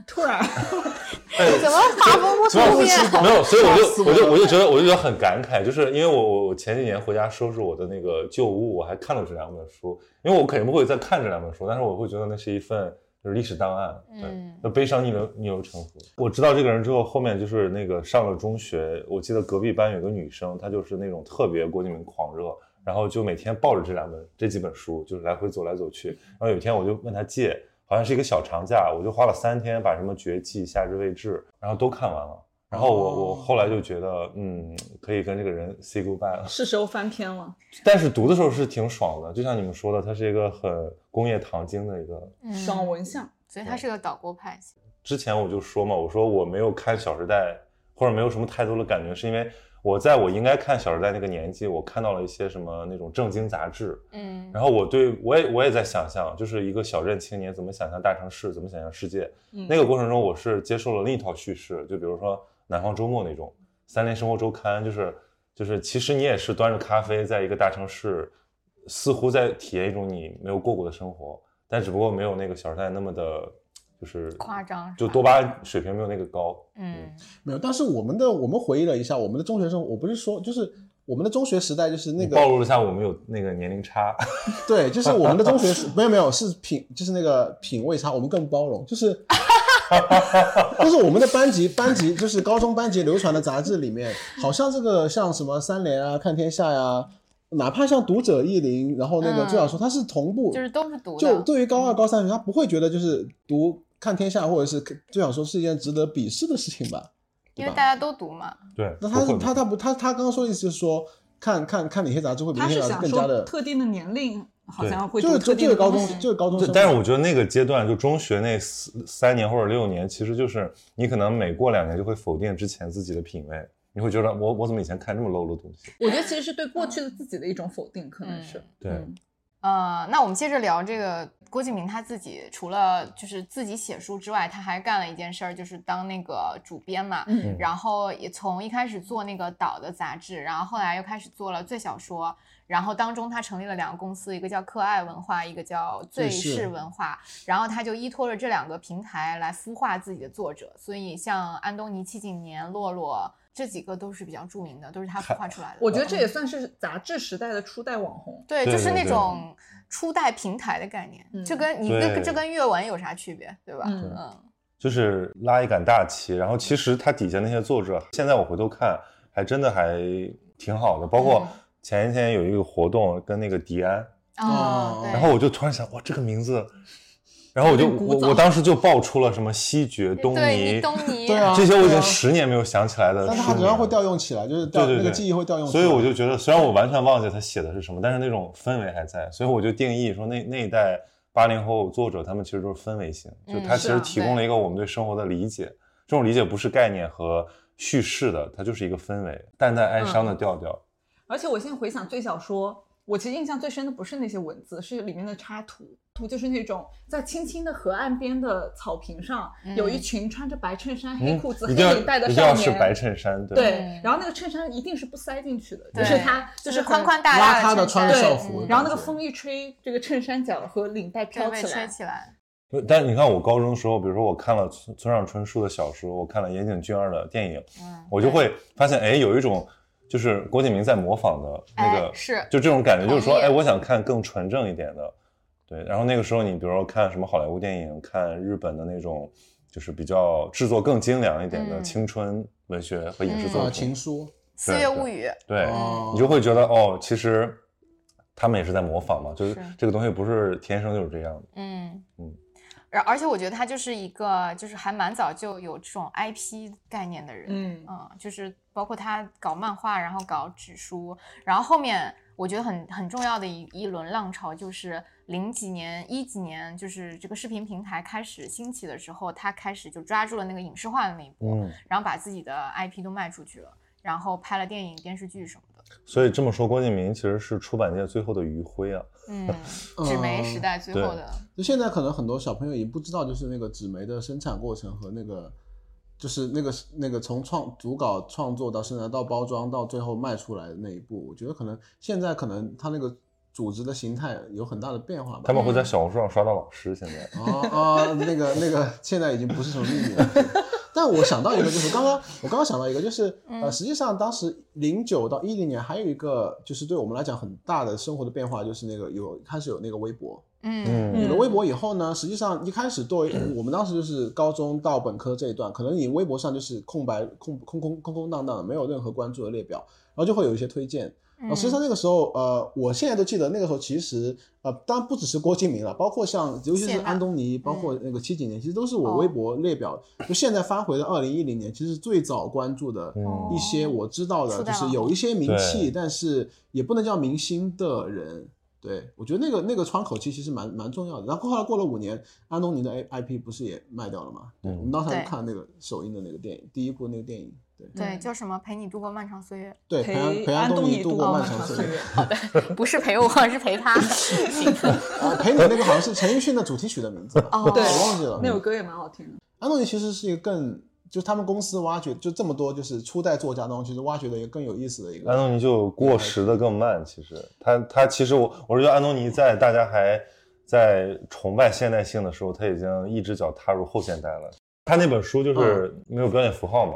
Speaker 5: 突然
Speaker 3: (laughs)
Speaker 1: 哎，
Speaker 2: 怎么爬不过
Speaker 1: 没有
Speaker 2: 上面？
Speaker 1: 没有，所以我
Speaker 3: 吓死
Speaker 1: 就我就
Speaker 3: 我了
Speaker 1: 我就觉得我就觉得很感慨，就是因为我我我前几年回家收拾我的那个旧物，我还看了这两本书，因为我肯定不会再看这两本书，但是我会觉得那是一份就是历史档案，对，
Speaker 2: 嗯
Speaker 1: 那悲伤逆流逆流成河。我知道这个人之后，后面就是那个上了中学，我记得隔壁班有个女生，她就是那种特别郭敬明狂热。然后就每天抱着这两本这几本书，就是来回走来走去。然后有一天我就问她借，好像是一个小长假，我就花了三天把什么《绝技》《夏至未至》，然后都看完了。然后我、我
Speaker 3: 哦
Speaker 1: 后来就觉得，嗯，可以跟这个人 say goodbye 了。 (laughs)
Speaker 5: 是时候翻篇了。
Speaker 1: 但是读的时候是挺爽的，就像你们说的，它是一个很工业糖精的一个
Speaker 2: 嗯
Speaker 5: 爽文像，
Speaker 2: 所以他是个岛国派。
Speaker 1: 之前我就说嘛，我说我没有看《小时代》，或者没有什么太多的感觉，是因为我在我应该看《小时代》那个年纪，我看到了一些什么那种正经杂志，
Speaker 2: 嗯，
Speaker 1: 然后我对我也我也在想象，就是一个小镇青年怎么想象大城市，怎么想象世界。
Speaker 5: 嗯
Speaker 1: 那个过程中，我是接受了另一套叙事，就比如说《南方周末》那种《三联生活周刊》，就是就是其实你也是端着咖啡，在一个大城市，似乎在体验一种你没有过过的生活，但只不过没有那个《小时代》那么的，就是
Speaker 2: 夸张是吧
Speaker 1: 就多巴胺水平没有那个高。
Speaker 2: 嗯
Speaker 3: 没有，但是我们的我们回忆了一下，我们的中学生活，我不是说就是我们的中学时代，就是那
Speaker 1: 你
Speaker 3: 个
Speaker 1: 暴露了一下我们有那个年龄差， (laughs)
Speaker 3: 对，就是我们的中学是 (laughs) 没有没有是品，就是那个品味差，我们更包容，
Speaker 1: (laughs)
Speaker 3: 就是， (laughs) 就是我们的班级班级就是高中班级流传的杂志里面，好像这个像什么三联啊、看天下呀、哪怕像读者意林，然后那个
Speaker 2: 嗯
Speaker 3: 最好说它是同步，
Speaker 2: 就是都是读
Speaker 3: 就
Speaker 2: 的，
Speaker 3: 对于
Speaker 5: 嗯
Speaker 3: 高二高三学生，他不会觉得就是读看天下或者是最好说是一件值得鄙视的事情吧？
Speaker 2: 因为大家都读嘛。
Speaker 1: 对，
Speaker 3: 那他
Speaker 1: 不
Speaker 3: 是
Speaker 1: 会
Speaker 3: 他他不他他刚刚说的意思就是说，看看看哪些杂志会比
Speaker 5: 他
Speaker 3: 那些杂
Speaker 5: 是
Speaker 3: 志
Speaker 5: 想
Speaker 3: 更加
Speaker 5: 说
Speaker 3: 的，
Speaker 5: 特定的年龄好
Speaker 1: 对
Speaker 5: 像会
Speaker 3: 就
Speaker 5: 读
Speaker 3: 是
Speaker 5: 特
Speaker 3: 就
Speaker 5: 定
Speaker 3: 是
Speaker 5: 的
Speaker 3: 高
Speaker 5: 东
Speaker 3: 中
Speaker 5: 西。
Speaker 3: 就是高中
Speaker 1: 对
Speaker 3: 生，
Speaker 1: 但是我觉得那个阶段，就中学那四三年或者六年，其实就是你可能每过两年就会否定之前自己的品味，你会觉得我我怎么以前看这么 low 的东西？
Speaker 5: 我觉得其实是对过去的自己的一种否定，可能是
Speaker 2: 嗯。
Speaker 1: 对
Speaker 5: 嗯
Speaker 2: 呃，那我们接着聊这个郭敬明他自己，除了就是自己写书之外，他还干了一件事儿，就是当那个主编嘛。
Speaker 5: 嗯
Speaker 2: 然后也从一开始做那个岛的杂志，然后后来又开始做了最小说，然后当中他成立了两个公司，一个叫克爱文化，一个叫最
Speaker 3: 最是
Speaker 2: 是文化，然后他就依托着这两个平台来孵化自己的作者，所以像安东尼、戚景年、洛洛这几个都是比较著名的，都是他孵化出来的。
Speaker 5: 我觉得这也算是杂志时代的初代网红。
Speaker 2: 对，
Speaker 1: 对
Speaker 2: 就是
Speaker 1: 对
Speaker 2: 那
Speaker 1: 对
Speaker 2: 种初代平台的概念，
Speaker 5: 嗯
Speaker 2: 这跟你跟
Speaker 1: 对
Speaker 2: 这跟阅文有啥区别，对吧？
Speaker 5: 嗯
Speaker 2: 嗯，
Speaker 1: 就是拉一杆大旗。然后其实他底下那些作者，现在我回头看，还真的还挺好的。包括
Speaker 2: 嗯
Speaker 1: 前一天有一个活动跟那个迪安，
Speaker 2: 哦
Speaker 3: 哦，
Speaker 2: 对，
Speaker 1: 然后我就突然想，哇，这个名字，然后我就
Speaker 5: 有点古
Speaker 1: 我
Speaker 5: 早
Speaker 1: 我当时就爆出了什么西决、东
Speaker 2: 对
Speaker 1: 尼
Speaker 2: 你东尼，
Speaker 3: (laughs) 对啊
Speaker 1: 这些，我已
Speaker 3: 对啊
Speaker 1: 经十年没有想起来的
Speaker 3: 但
Speaker 1: 书
Speaker 3: 他
Speaker 1: 名
Speaker 3: 仍然会调
Speaker 1: 了。
Speaker 3: 用起来，就是调
Speaker 1: 对对
Speaker 3: 那个
Speaker 1: 对
Speaker 3: 记忆会调用起
Speaker 1: 所
Speaker 3: 来。
Speaker 1: 以我就觉得，虽然我完全忘记他写的是什么，但是那种氛围还在，所以我就定义说那那一代八零后作者，他们其实都是氛围型，就
Speaker 2: 嗯
Speaker 1: 他其
Speaker 2: 是
Speaker 1: 实
Speaker 2: 啊
Speaker 1: 提供了一个我们对生活的理解，这种理解不是概念和叙事的，它就是一个氛围，淡淡哀伤的
Speaker 5: 嗯
Speaker 1: 调嗯调。
Speaker 5: 而且我现在回想最小说，我其实印象最深的不是那些文字，是里面的插图。图就是那种在青青的河岸边的草坪上，
Speaker 2: 嗯
Speaker 5: 有一群穿着白衬衫、黑
Speaker 1: 嗯
Speaker 5: 裤子、，
Speaker 1: 一定要
Speaker 5: 黑领带的
Speaker 1: 一定要
Speaker 5: 少
Speaker 1: 是
Speaker 5: 年。
Speaker 1: 白衬衫，对吧
Speaker 5: 对
Speaker 2: 嗯，
Speaker 5: 然后那个衬衫一定是不塞进去的，就
Speaker 2: 对
Speaker 5: 是它
Speaker 2: 就是是
Speaker 5: 很
Speaker 2: 宽宽大大
Speaker 3: 邋遢
Speaker 2: 的衬
Speaker 3: 的穿
Speaker 2: 衫
Speaker 5: 着校
Speaker 3: 服
Speaker 2: 嗯
Speaker 5: 然后那个风一吹，这个衬衫角和领带
Speaker 2: 就
Speaker 5: 飘
Speaker 2: 被
Speaker 5: 起
Speaker 2: 吹
Speaker 5: 来。
Speaker 2: 起来，
Speaker 1: 不但你看，我高中的时候，比如说我看了村村上春树的小说，我看了岩井俊二的电影，
Speaker 2: 嗯，
Speaker 1: 我就会发现，哎，有一种就是郭敬明在模仿的那个，
Speaker 2: 哎是
Speaker 1: 就这种感觉，就是说，
Speaker 2: 同意
Speaker 1: 哎，我想看更纯正一点的，对。然后那个时候，你比如说看什么好莱坞电影，看日本的那种，就是比较制作更精良一点的
Speaker 2: 嗯
Speaker 1: 青春文学和影视
Speaker 3: 啊，
Speaker 1: 作品，
Speaker 3: 情书
Speaker 2: 四月物语，
Speaker 1: 对，
Speaker 3: 哦
Speaker 1: 你就会觉得，哦，其实他们也是在模仿嘛，就是
Speaker 2: 是
Speaker 1: 这个东西不是天生就是这样的，
Speaker 2: 嗯
Speaker 1: 嗯。
Speaker 2: 然而且我觉得他就是一个，就是还蛮早就有这种 IP 概念的人，
Speaker 5: 嗯，
Speaker 2: 嗯，就是包括他搞漫画，然后搞纸书，然后后面我觉得很很重要的一一轮浪潮就是零几年、一几年，就是这个视频平台开始兴起的时候，他开始就抓住了那个影视化的那一波，
Speaker 1: 嗯。
Speaker 2: 然后把自己的 IP 都卖出去了，然后拍了电影、电视剧什么的。
Speaker 1: 所以这么说，郭敬明其实是出版界最后的余晖啊。
Speaker 2: 嗯，纸媒时
Speaker 3: 嗯
Speaker 2: 代最后的，
Speaker 3: 就现在可能很多小朋友也不知道，就是那个纸媒的生产过程和那个，就是那个那个从创主稿创作到生产到包装到最后卖出来的那一步，我觉得可能现在可能它那个组织的形态有很大的变化吧。
Speaker 1: 他们会
Speaker 2: 嗯
Speaker 1: 在小红书上刷到老师，现在。
Speaker 3: 啊啊，那个那个，现在已经不是什么秘密了。 (laughs) 但我想到一个，就是刚刚我刚刚想到一个，就是呃，
Speaker 2: 嗯
Speaker 3: 实际上当时零九到一零年还有一个，就是对我们来讲很大的生活的变化，就是那个有开始有那个微博，
Speaker 2: 嗯
Speaker 5: 嗯
Speaker 3: 有了微博以后呢，实际上一开始对于我们当时就是高中到本科这一段，可能你微博上就是空白、空空空空空荡荡的，没有任何关注的列表，然后就会有一些推荐。然
Speaker 2: 嗯
Speaker 3: 后实际上那个时候，呃，我现在都记得那个时候，其实呃，当然不只是郭敬明了，包括像尤其
Speaker 2: 谢
Speaker 3: 是
Speaker 2: 娜
Speaker 3: 安东尼，包括那个七几年，其实都是我微博列表，就现在翻回的二零一零年，其实最早关注的
Speaker 2: 哦
Speaker 1: 嗯
Speaker 3: 一些我知道的，
Speaker 2: 初代
Speaker 3: 就是
Speaker 2: 网
Speaker 3: 有一些名
Speaker 1: 对
Speaker 3: 气，但是也不能叫明星的人。对，我觉得那个那个窗口期其实蛮蛮重要的。然后后来过了五年，安东尼的 A I P 不是也卖掉了吗？对，
Speaker 1: 嗯
Speaker 3: 我们当时还
Speaker 2: 对
Speaker 3: 去看那个首映的那个电影，第一部那个电影。对
Speaker 2: 对，
Speaker 5: 嗯
Speaker 2: 叫什么陪你度过漫长岁月，
Speaker 3: 对，陪安
Speaker 5: 陪
Speaker 3: 陪安
Speaker 5: 东
Speaker 3: 东尼
Speaker 5: 度
Speaker 3: 过
Speaker 5: 漫
Speaker 3: 漫长
Speaker 5: 岁
Speaker 3: 岁月。。
Speaker 2: 不是陪我，是陪他。
Speaker 3: 啊，陪你那个好像是陈奕迅的主题曲的名字
Speaker 2: (laughs)
Speaker 3: 吧，
Speaker 2: (laughs) 哦
Speaker 5: 对
Speaker 3: 我忘记了。
Speaker 5: 那首歌也蛮好听的。
Speaker 3: 安东尼其实是一个更，就他们公司挖掘，就这么多就是初代作家当中，其实挖掘的一个更有意思的一
Speaker 1: 安
Speaker 3: 个。
Speaker 1: 东尼就
Speaker 3: 嗯
Speaker 1: 过时的更慢，其实他他其实我我是觉得安东尼在大家还在崇拜现代性的时候，他已经一只脚踏入后现代了。他那本书就是
Speaker 3: 嗯
Speaker 1: 没有标点符号嘛，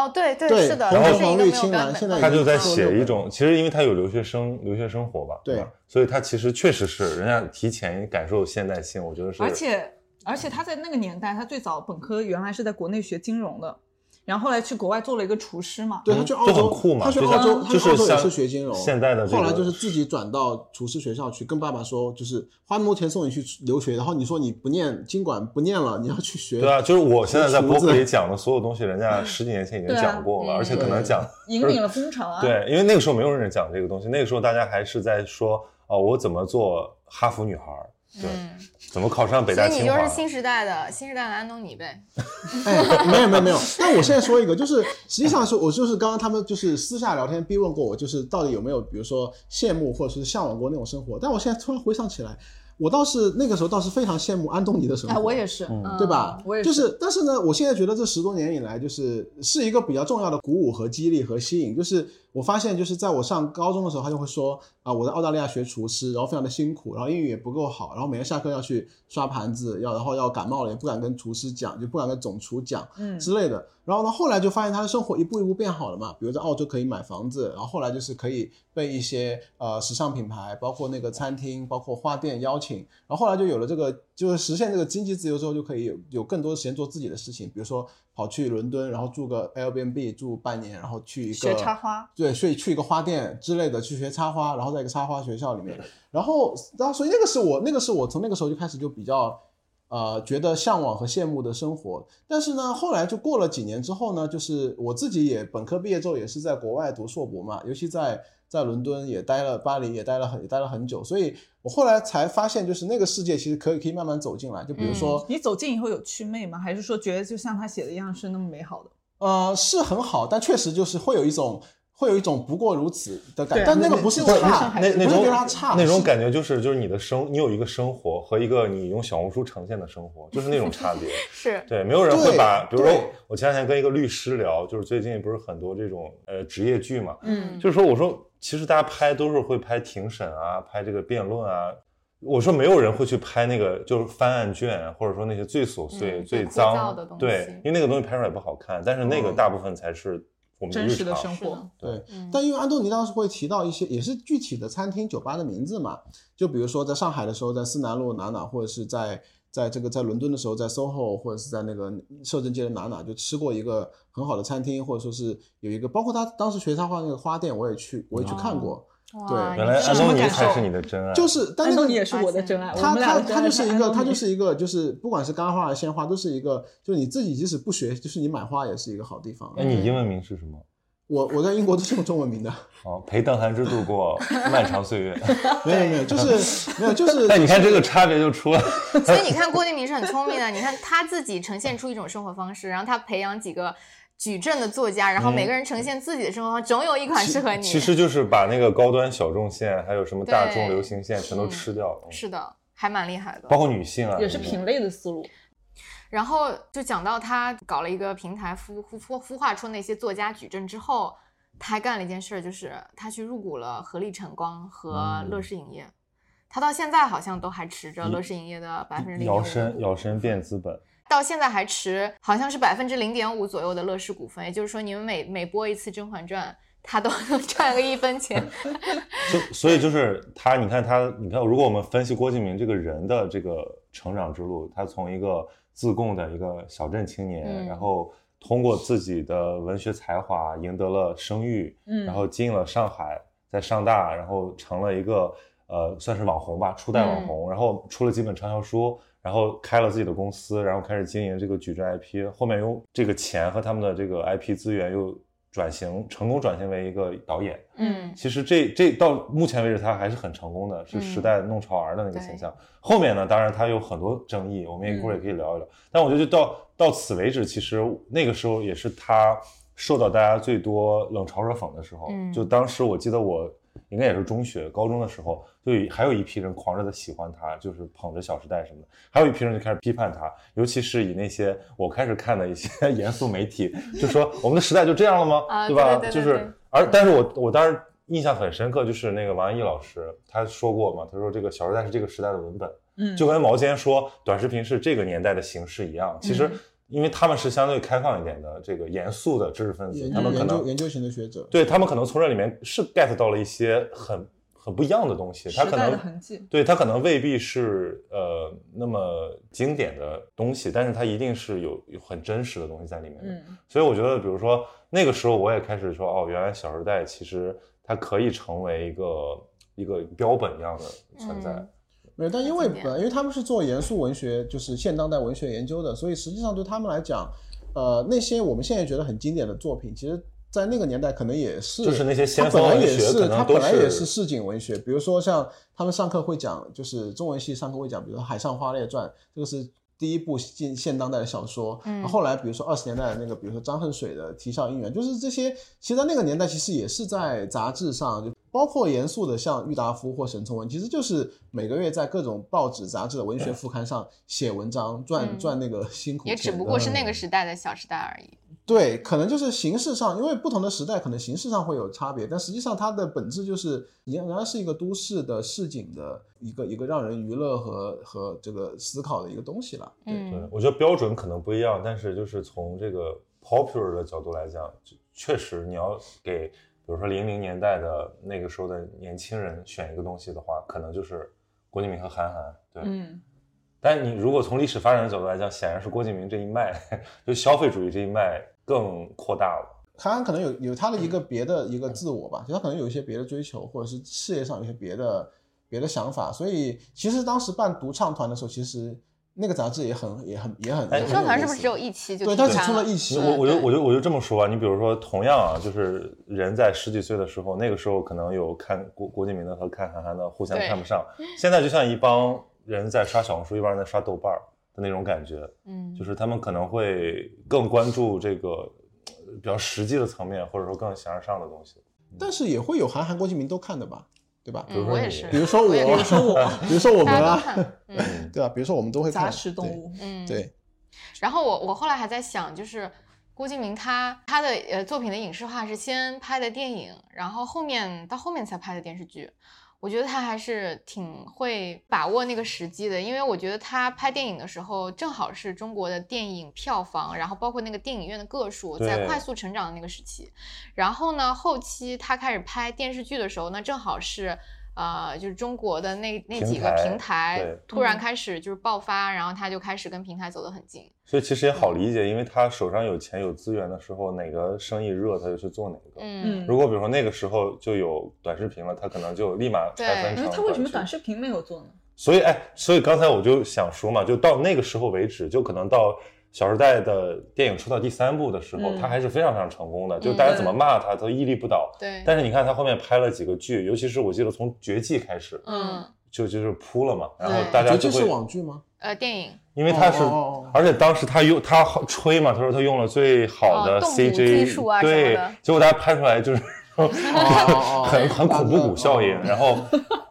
Speaker 2: 哦，对对，
Speaker 3: 对
Speaker 2: 是的，
Speaker 1: 然
Speaker 2: 这
Speaker 1: 后
Speaker 2: 是一
Speaker 3: 黄
Speaker 2: 个没
Speaker 3: 绿
Speaker 2: 有
Speaker 3: 青
Speaker 2: 标
Speaker 3: 蓝
Speaker 2: 本
Speaker 3: 现在
Speaker 2: 的
Speaker 1: 他就在
Speaker 3: 嗯
Speaker 1: 写一种，其实因为他有留学生留学生活吧，
Speaker 3: 对
Speaker 1: 吧，所以他其实确实是人家提前感受现代性，我觉得是，
Speaker 5: 而且而且他在那个年代，他最早本科原来是在国内学金融的，然后后来去国外做了一个厨师嘛。
Speaker 3: 对
Speaker 1: 嗯
Speaker 3: 他去
Speaker 1: 就
Speaker 3: 澳洲，
Speaker 1: 很酷嘛
Speaker 3: 他去
Speaker 1: 就
Speaker 3: 澳
Speaker 1: 像
Speaker 3: 洲，他
Speaker 1: 就
Speaker 3: 去
Speaker 1: 是
Speaker 3: 澳洲也
Speaker 1: 像
Speaker 3: 是学金融，
Speaker 1: 现代的这个
Speaker 3: 后来就是自己转到厨师学校去，跟爸爸说，就是花那么多钱送你去留学，然后你说你不念经管不念了，你要去学。
Speaker 1: 对啊，就是我现在在
Speaker 3: 厨
Speaker 1: 播
Speaker 3: 子
Speaker 1: 客里讲的所有东西，人家十几年前已经
Speaker 5: 对啊
Speaker 1: 讲过了，
Speaker 2: 嗯
Speaker 1: 而且可能
Speaker 3: 对
Speaker 1: 讲
Speaker 5: 引
Speaker 3: 嗯
Speaker 5: 领了风潮啊！，
Speaker 1: 对，因为那个时候没有人讲这个东西，那个时候大家还是在说哦，我怎么做哈佛女孩儿，对
Speaker 2: 嗯，
Speaker 1: 怎么考上北
Speaker 2: 所
Speaker 1: 大
Speaker 2: 以你
Speaker 1: 清
Speaker 2: 就
Speaker 1: 华
Speaker 2: 是
Speaker 1: 了？
Speaker 2: 新时代的新时代的安东尼呗。
Speaker 3: 哎，没有没有没有。那我现在说一个，就是实际上是我就是刚刚他们就是私下聊天逼问过我，就是到底有没有比如说羡慕或者是向往过那种生活。但我现在突然回想起来，我倒是那个时候倒是非常羡慕安东尼的生活。
Speaker 5: 哎，我也是，嗯
Speaker 3: 对吧？
Speaker 5: 我也，
Speaker 3: 就是是，但是呢，我现在觉得这十多年以来，就是是一个比较重要的鼓舞和激励和吸引。就是我发现，就是在我上高中的时候，他就会说啊，我在澳大利亚学厨师，然后非常的辛苦，然后英语也不够好，然后每天下课要去刷盘子，要然后要感冒了也不敢跟厨师讲，就不敢跟总厨讲
Speaker 5: 嗯，
Speaker 3: 之类的。然后呢，后来就发现他的生活一步一步变好了嘛，比如在澳洲可以买房子，然后后来就是可以被一些呃时尚品牌，包括那个餐厅，包括花店邀请，然后后来就有了这个，就是实现这个经济自由之后，就可以有有更多的时间做自己的事情，比如说跑去伦敦，然后住个 Airbnb 住半年，然后去一个
Speaker 5: 学插花，
Speaker 3: 对，所以去一个花店之类的去学插花，然后在一个插花学校里面，然后然后所以那个是我那个是我从那个时候就开始就比较。呃，觉得向往和羡慕的生活，但是呢，后来就过了几年之后呢，就是我自己也本科毕业之后也是在国外读硕博嘛，尤其在在伦敦也待了，巴黎也待了很也待了很久，所以我后来才发现，就是那个世界其实可以可以慢慢走进来，就比如说、
Speaker 5: 你走近以后有祛魅吗？还是说觉得就像他写的一样是那么美好的？
Speaker 3: 呃，是很好，但确实就是会有一种会有一种不过如此的感觉
Speaker 5: 对，
Speaker 3: 但那个不是
Speaker 5: 那那
Speaker 3: 差，
Speaker 5: 那
Speaker 1: 那那
Speaker 3: 不是
Speaker 1: 种
Speaker 3: 对他差，
Speaker 1: 那种
Speaker 3: 是
Speaker 1: 感觉就是就是你的生，你有一个生活和一个你用小红书呈现的生活，就是那种差
Speaker 2: (laughs)
Speaker 1: 别。
Speaker 2: 是，
Speaker 1: 对，没有人会
Speaker 3: 对
Speaker 1: 把，比如说
Speaker 3: 对
Speaker 1: 我前两天跟一个律师聊，就是最近不是很多这种呃职业剧嘛，
Speaker 2: 嗯，
Speaker 1: 就是说我说其实大家拍都是会拍庭审啊，拍这个辩论啊，我说没有人会去拍那个就是翻案卷，啊或者说那些最琐碎、
Speaker 2: 嗯
Speaker 1: 最
Speaker 2: 最枯
Speaker 1: 脏
Speaker 2: 燥的东
Speaker 1: 对
Speaker 2: 西，
Speaker 1: 因为那个东西拍出来不好看，但是那个
Speaker 3: 嗯
Speaker 1: 大部分才是我们
Speaker 5: 真
Speaker 1: 日
Speaker 5: 实的
Speaker 1: 常。
Speaker 5: 生活，
Speaker 3: 对。
Speaker 2: 嗯
Speaker 3: 但因为安东尼当时会提到一些也是具体的餐厅、酒吧的名字嘛，就比如说在上海的时候，在思南路哪哪，或者是在在这个在伦敦的时候，在 SOHO 或者是在那个摄政街的哪哪，就吃过一个很好的餐厅，或者说是有一个，包括他当时学插画那个花店，我也去我
Speaker 5: 哦
Speaker 3: 也去看过，
Speaker 2: 哇
Speaker 3: 对
Speaker 1: 原来
Speaker 2: 你
Speaker 1: 安
Speaker 5: 什么
Speaker 1: 东尼
Speaker 5: 感
Speaker 1: 才
Speaker 5: 受
Speaker 1: 是你的真爱，
Speaker 3: 就是但
Speaker 5: 安
Speaker 3: 那
Speaker 5: 东
Speaker 3: 个
Speaker 5: 尼也是我的真爱，我
Speaker 3: 他
Speaker 5: 们俩
Speaker 3: 他他
Speaker 5: 的真爱
Speaker 3: 就是一
Speaker 5: 安
Speaker 3: 个，
Speaker 5: 东
Speaker 3: 他
Speaker 5: 尼
Speaker 3: 就是一个，就是不管是干花还是鲜花，都是一个，就是你自己即使不学，就是你买花也是一个好地方。
Speaker 1: 那
Speaker 5: 哎
Speaker 1: 你英文名是什么？
Speaker 3: 我我在英国都是用中文名的， (laughs)
Speaker 1: 哦，陪邓涵之度
Speaker 5: (laughs)
Speaker 1: 过漫长岁月。
Speaker 3: 没有没有，就是没有
Speaker 5: (laughs)
Speaker 3: 就是
Speaker 1: 那你看这个差别就出来了。
Speaker 2: (laughs) 所以你看郭敬明是很聪明的， (laughs) 你看他自己呈现出一种生活方式，然后他培养几个矩阵的作家，然后
Speaker 1: 嗯
Speaker 2: 每个人呈现自己的生活方式，总有一款适合你。
Speaker 1: 其实就是把那个高端小众线，还有什么大众
Speaker 2: 对
Speaker 1: 流行线全都
Speaker 2: 嗯
Speaker 1: 吃掉了，
Speaker 2: 是的，还蛮厉害的
Speaker 1: 包。括女性啊，
Speaker 5: 也是
Speaker 1: 嗯
Speaker 5: 品类的思路，
Speaker 2: 然后就讲到他搞了一个平台孵孵孵孵化出那些作家矩阵之后，他还干了一件事儿，就是他去入股了合力晨光和
Speaker 1: 嗯
Speaker 2: 乐视影业。他到现在好像都还持着
Speaker 1: 一
Speaker 2: 乐视影业的百分之零
Speaker 1: 摇
Speaker 2: 点
Speaker 1: 身
Speaker 2: 五，
Speaker 1: 摇身变资本。
Speaker 2: 到现在还持好像是百分之零点五左右的乐视股份，也就是说你们每每播一次《甄嬛传》，他都能 (laughs) 赚个一分钱。嗯
Speaker 1: 所所以就是他，你看他，你看，如果我们分析郭敬明这个人的这个成长之路，他从一个自贡的一个小镇青年，
Speaker 2: 嗯
Speaker 1: 然后通过自己的文学才华赢得了声誉，
Speaker 5: 嗯
Speaker 1: 然后进了上海，在上大，然后成了一个呃算是网红吧，初代网红，然后出了几本畅销书。然后开了自己的公司，然后开始经营这个矩阵 IP，后面用这个钱和他们的这个 IP 资源又转型，成功转型为一个导演。
Speaker 2: 嗯，
Speaker 1: 其实这这到目前为止，他还是很成功的，是时代弄潮儿的那个现象。后面呢，当然他有很多争议，我们一会儿也可以聊一聊。但我觉得就到到此为止，其实那个时候也是他受到大家最多冷嘲热讽的时候。
Speaker 2: 嗯
Speaker 1: 就当时我记得我应该也是中学、高中的时候，就有还有一批人狂热的喜欢他，就是捧着《小时代》什么的，还有一批人就开始批判他，尤其是以那些我开始看的一些 (laughs) 严肃媒体，就说我们的时代就这样了吗？吧？
Speaker 2: 啊对对对
Speaker 1: 就
Speaker 2: 对
Speaker 1: 是
Speaker 2: 对
Speaker 1: 而但是我我当时印象很深刻，就是那个王安忆老师他说过嘛，他说这个《小时代》是这个时代的文本，
Speaker 5: 嗯，
Speaker 1: 就跟毛尖说短视频是这个年代的形式一
Speaker 2: 嗯
Speaker 1: 样，其实。因为他们是相对开放一点的，这个严肃的知识分
Speaker 2: 嗯
Speaker 1: 子，
Speaker 3: 研
Speaker 1: 他
Speaker 3: 究
Speaker 1: 们可
Speaker 3: 研
Speaker 1: 能
Speaker 3: 究研究型的学者，
Speaker 1: 对他们可能从这里面是 get 到了一些很很不一样的东西，他
Speaker 5: 时
Speaker 1: 可
Speaker 5: 代的
Speaker 1: 能
Speaker 5: 痕迹，
Speaker 1: 对他可能未必是呃那么经典的东西，但是他一定是有有很真实的东西在里面的。
Speaker 5: 嗯，
Speaker 1: 所以我觉得，比如说那个时候我也开始说，哦，原来《小时代》其实它可以成为一个一个标本一样的存在。
Speaker 2: 嗯
Speaker 3: 没有，但因为
Speaker 2: 经典
Speaker 3: 本来因为他们是做严肃文学，就是现当代文学研究的，所以实际上对他们来讲，呃，那些我们现在觉得很经典的作品，其实在那个年代可能也是，
Speaker 1: 就是那些先
Speaker 3: 它
Speaker 1: 锋
Speaker 3: 本来
Speaker 1: 文
Speaker 3: 也
Speaker 1: 学可
Speaker 3: 是，
Speaker 1: 能
Speaker 3: 它
Speaker 1: 都
Speaker 3: 本来也
Speaker 1: 是
Speaker 3: 是市井文学。比如说像他们上课会讲，就是中文系上课会讲，比如说《海上花列传》，这个是第一部近现当代的小说。
Speaker 2: 嗯
Speaker 3: 后来比如说二十年代的那个，比如说张恨水的《啼笑姻缘》，就是这些，其实在那个年代其实也是在杂志上，就包括严肃的像郁达夫或沈从文，其实就是每个月在各种报纸、杂志、文学副刊上写文章，赚
Speaker 2: 嗯
Speaker 3: 赚那个辛苦钱
Speaker 2: 也
Speaker 3: 的。
Speaker 2: 只不过是那个时代的《小时代》而已。
Speaker 3: 对，可能就是形式上，因为不同的时代可能形式上会有差别，但实际上它的本质就是仍然是一个都市的市井的一个一个让人娱乐和和这个思考的一个东西了。对，
Speaker 1: 对
Speaker 2: 嗯，，
Speaker 1: 我觉得标准可能不一样，但是就是从这个 popular 的角度来讲，就确实你要给，比如说零零年代的那个时候的年轻人选一个东西的话，可能就是郭敬明和韩寒。对，
Speaker 5: 嗯，
Speaker 1: 但你如果从历史发展的角度来讲，显然是郭敬明这一脉， (laughs) 就消费主义这一脉更扩大了。
Speaker 3: 韩寒可能有有他的一个别的一个自我吧，就他可能有一些别的追求，或者是事业上有一些别的别的想法，所以其实当时办独唱团的时候，其实那个杂志也很也很也很。
Speaker 1: 哎
Speaker 3: 也很
Speaker 2: 合唱团
Speaker 3: 有
Speaker 2: 是不是
Speaker 3: 意思
Speaker 2: 只有一期就
Speaker 3: 对，他只
Speaker 2: 停
Speaker 3: 出
Speaker 2: 刊
Speaker 3: 了一期
Speaker 1: 你，我我就我就我就这么说啊，你比如说，同样啊，就是人在十几岁的时候，那个时候可能有看郭郭敬明的和看韩寒的互相
Speaker 2: 对
Speaker 1: 看不上， (laughs) 现在就像一帮人在刷小红书，一帮人在刷豆瓣儿的那种感觉，
Speaker 2: 嗯，
Speaker 1: 就是他们可能会更关注这个呃比较实际的层面，或者说更形而上的东西。
Speaker 3: 但是也会有韩寒、郭敬明都看的吧，对吧？
Speaker 1: 比如
Speaker 2: 嗯，
Speaker 1: 说
Speaker 2: 我也
Speaker 1: 你
Speaker 2: 是，
Speaker 3: 比如说我，
Speaker 2: 也
Speaker 3: 比如说我， (laughs) 比如说我们
Speaker 2: 大家都
Speaker 3: 啊，
Speaker 2: 看，嗯
Speaker 3: 对吧？比如说我们都会看
Speaker 5: 杂食动物，
Speaker 2: 嗯，
Speaker 3: 对，。对，
Speaker 2: 然后我我后来还在想，就是郭敬明他他的呃作品的影视化是先拍的电影，然后后面到后面才拍的电视剧。我觉得他还是挺会把握那个时机的，因为我觉得他拍电影的时候，正好是中国的电影票房，然后包括那个电影院的个数
Speaker 1: 对
Speaker 2: 在快速成长的那个时期。然后呢，后期他开始拍电视剧的时候，那正好是。呃，就是中国的那那
Speaker 1: 平
Speaker 2: 几个
Speaker 1: 台
Speaker 2: 平台
Speaker 1: 对
Speaker 2: 突然
Speaker 5: 嗯
Speaker 2: 开始就是爆发，然后他就开始跟平台走得很近。
Speaker 1: 所以其实也好理解，因为他手上有钱有资源的时候，哪个生意热他就去做哪个。
Speaker 2: 嗯，
Speaker 1: 如果比如说那个时候就有短视频了，他可能就立马拆分
Speaker 2: 对
Speaker 5: 可
Speaker 1: 成
Speaker 5: 哎是他为什么
Speaker 1: 短
Speaker 5: 短视频没有做呢？
Speaker 1: 所以，哎，所以刚才我就想说嘛，就到那个时候为止，就可能到《小时代》的电影出到第三部的时候，
Speaker 5: 嗯
Speaker 1: 他还是非常非常成功的，就大家
Speaker 5: 嗯
Speaker 1: 怎么骂他，他屹立不倒。
Speaker 2: 对，
Speaker 1: 但是你看他后面拍了几个剧，尤其是我记得从《绝技》开始，
Speaker 2: 嗯，
Speaker 1: 就就是扑了嘛，然后
Speaker 2: 对
Speaker 1: 大家
Speaker 3: 绝
Speaker 1: 就
Speaker 3: 技是
Speaker 1: 会，
Speaker 3: 网剧吗？
Speaker 2: 呃，电影
Speaker 1: 因为他是
Speaker 2: (laughs)
Speaker 3: 哦哦哦，
Speaker 1: 而且当时他用他好吹嘛，他说他用了最好
Speaker 4: 哦
Speaker 1: 的
Speaker 4: 动捕
Speaker 1: CG
Speaker 4: 技术啊什么
Speaker 1: 对
Speaker 4: 的，
Speaker 1: 结果大家拍出来就是
Speaker 2: 哦
Speaker 1: 很
Speaker 5: 哦
Speaker 3: 很
Speaker 1: 很恐怖谷效应，然后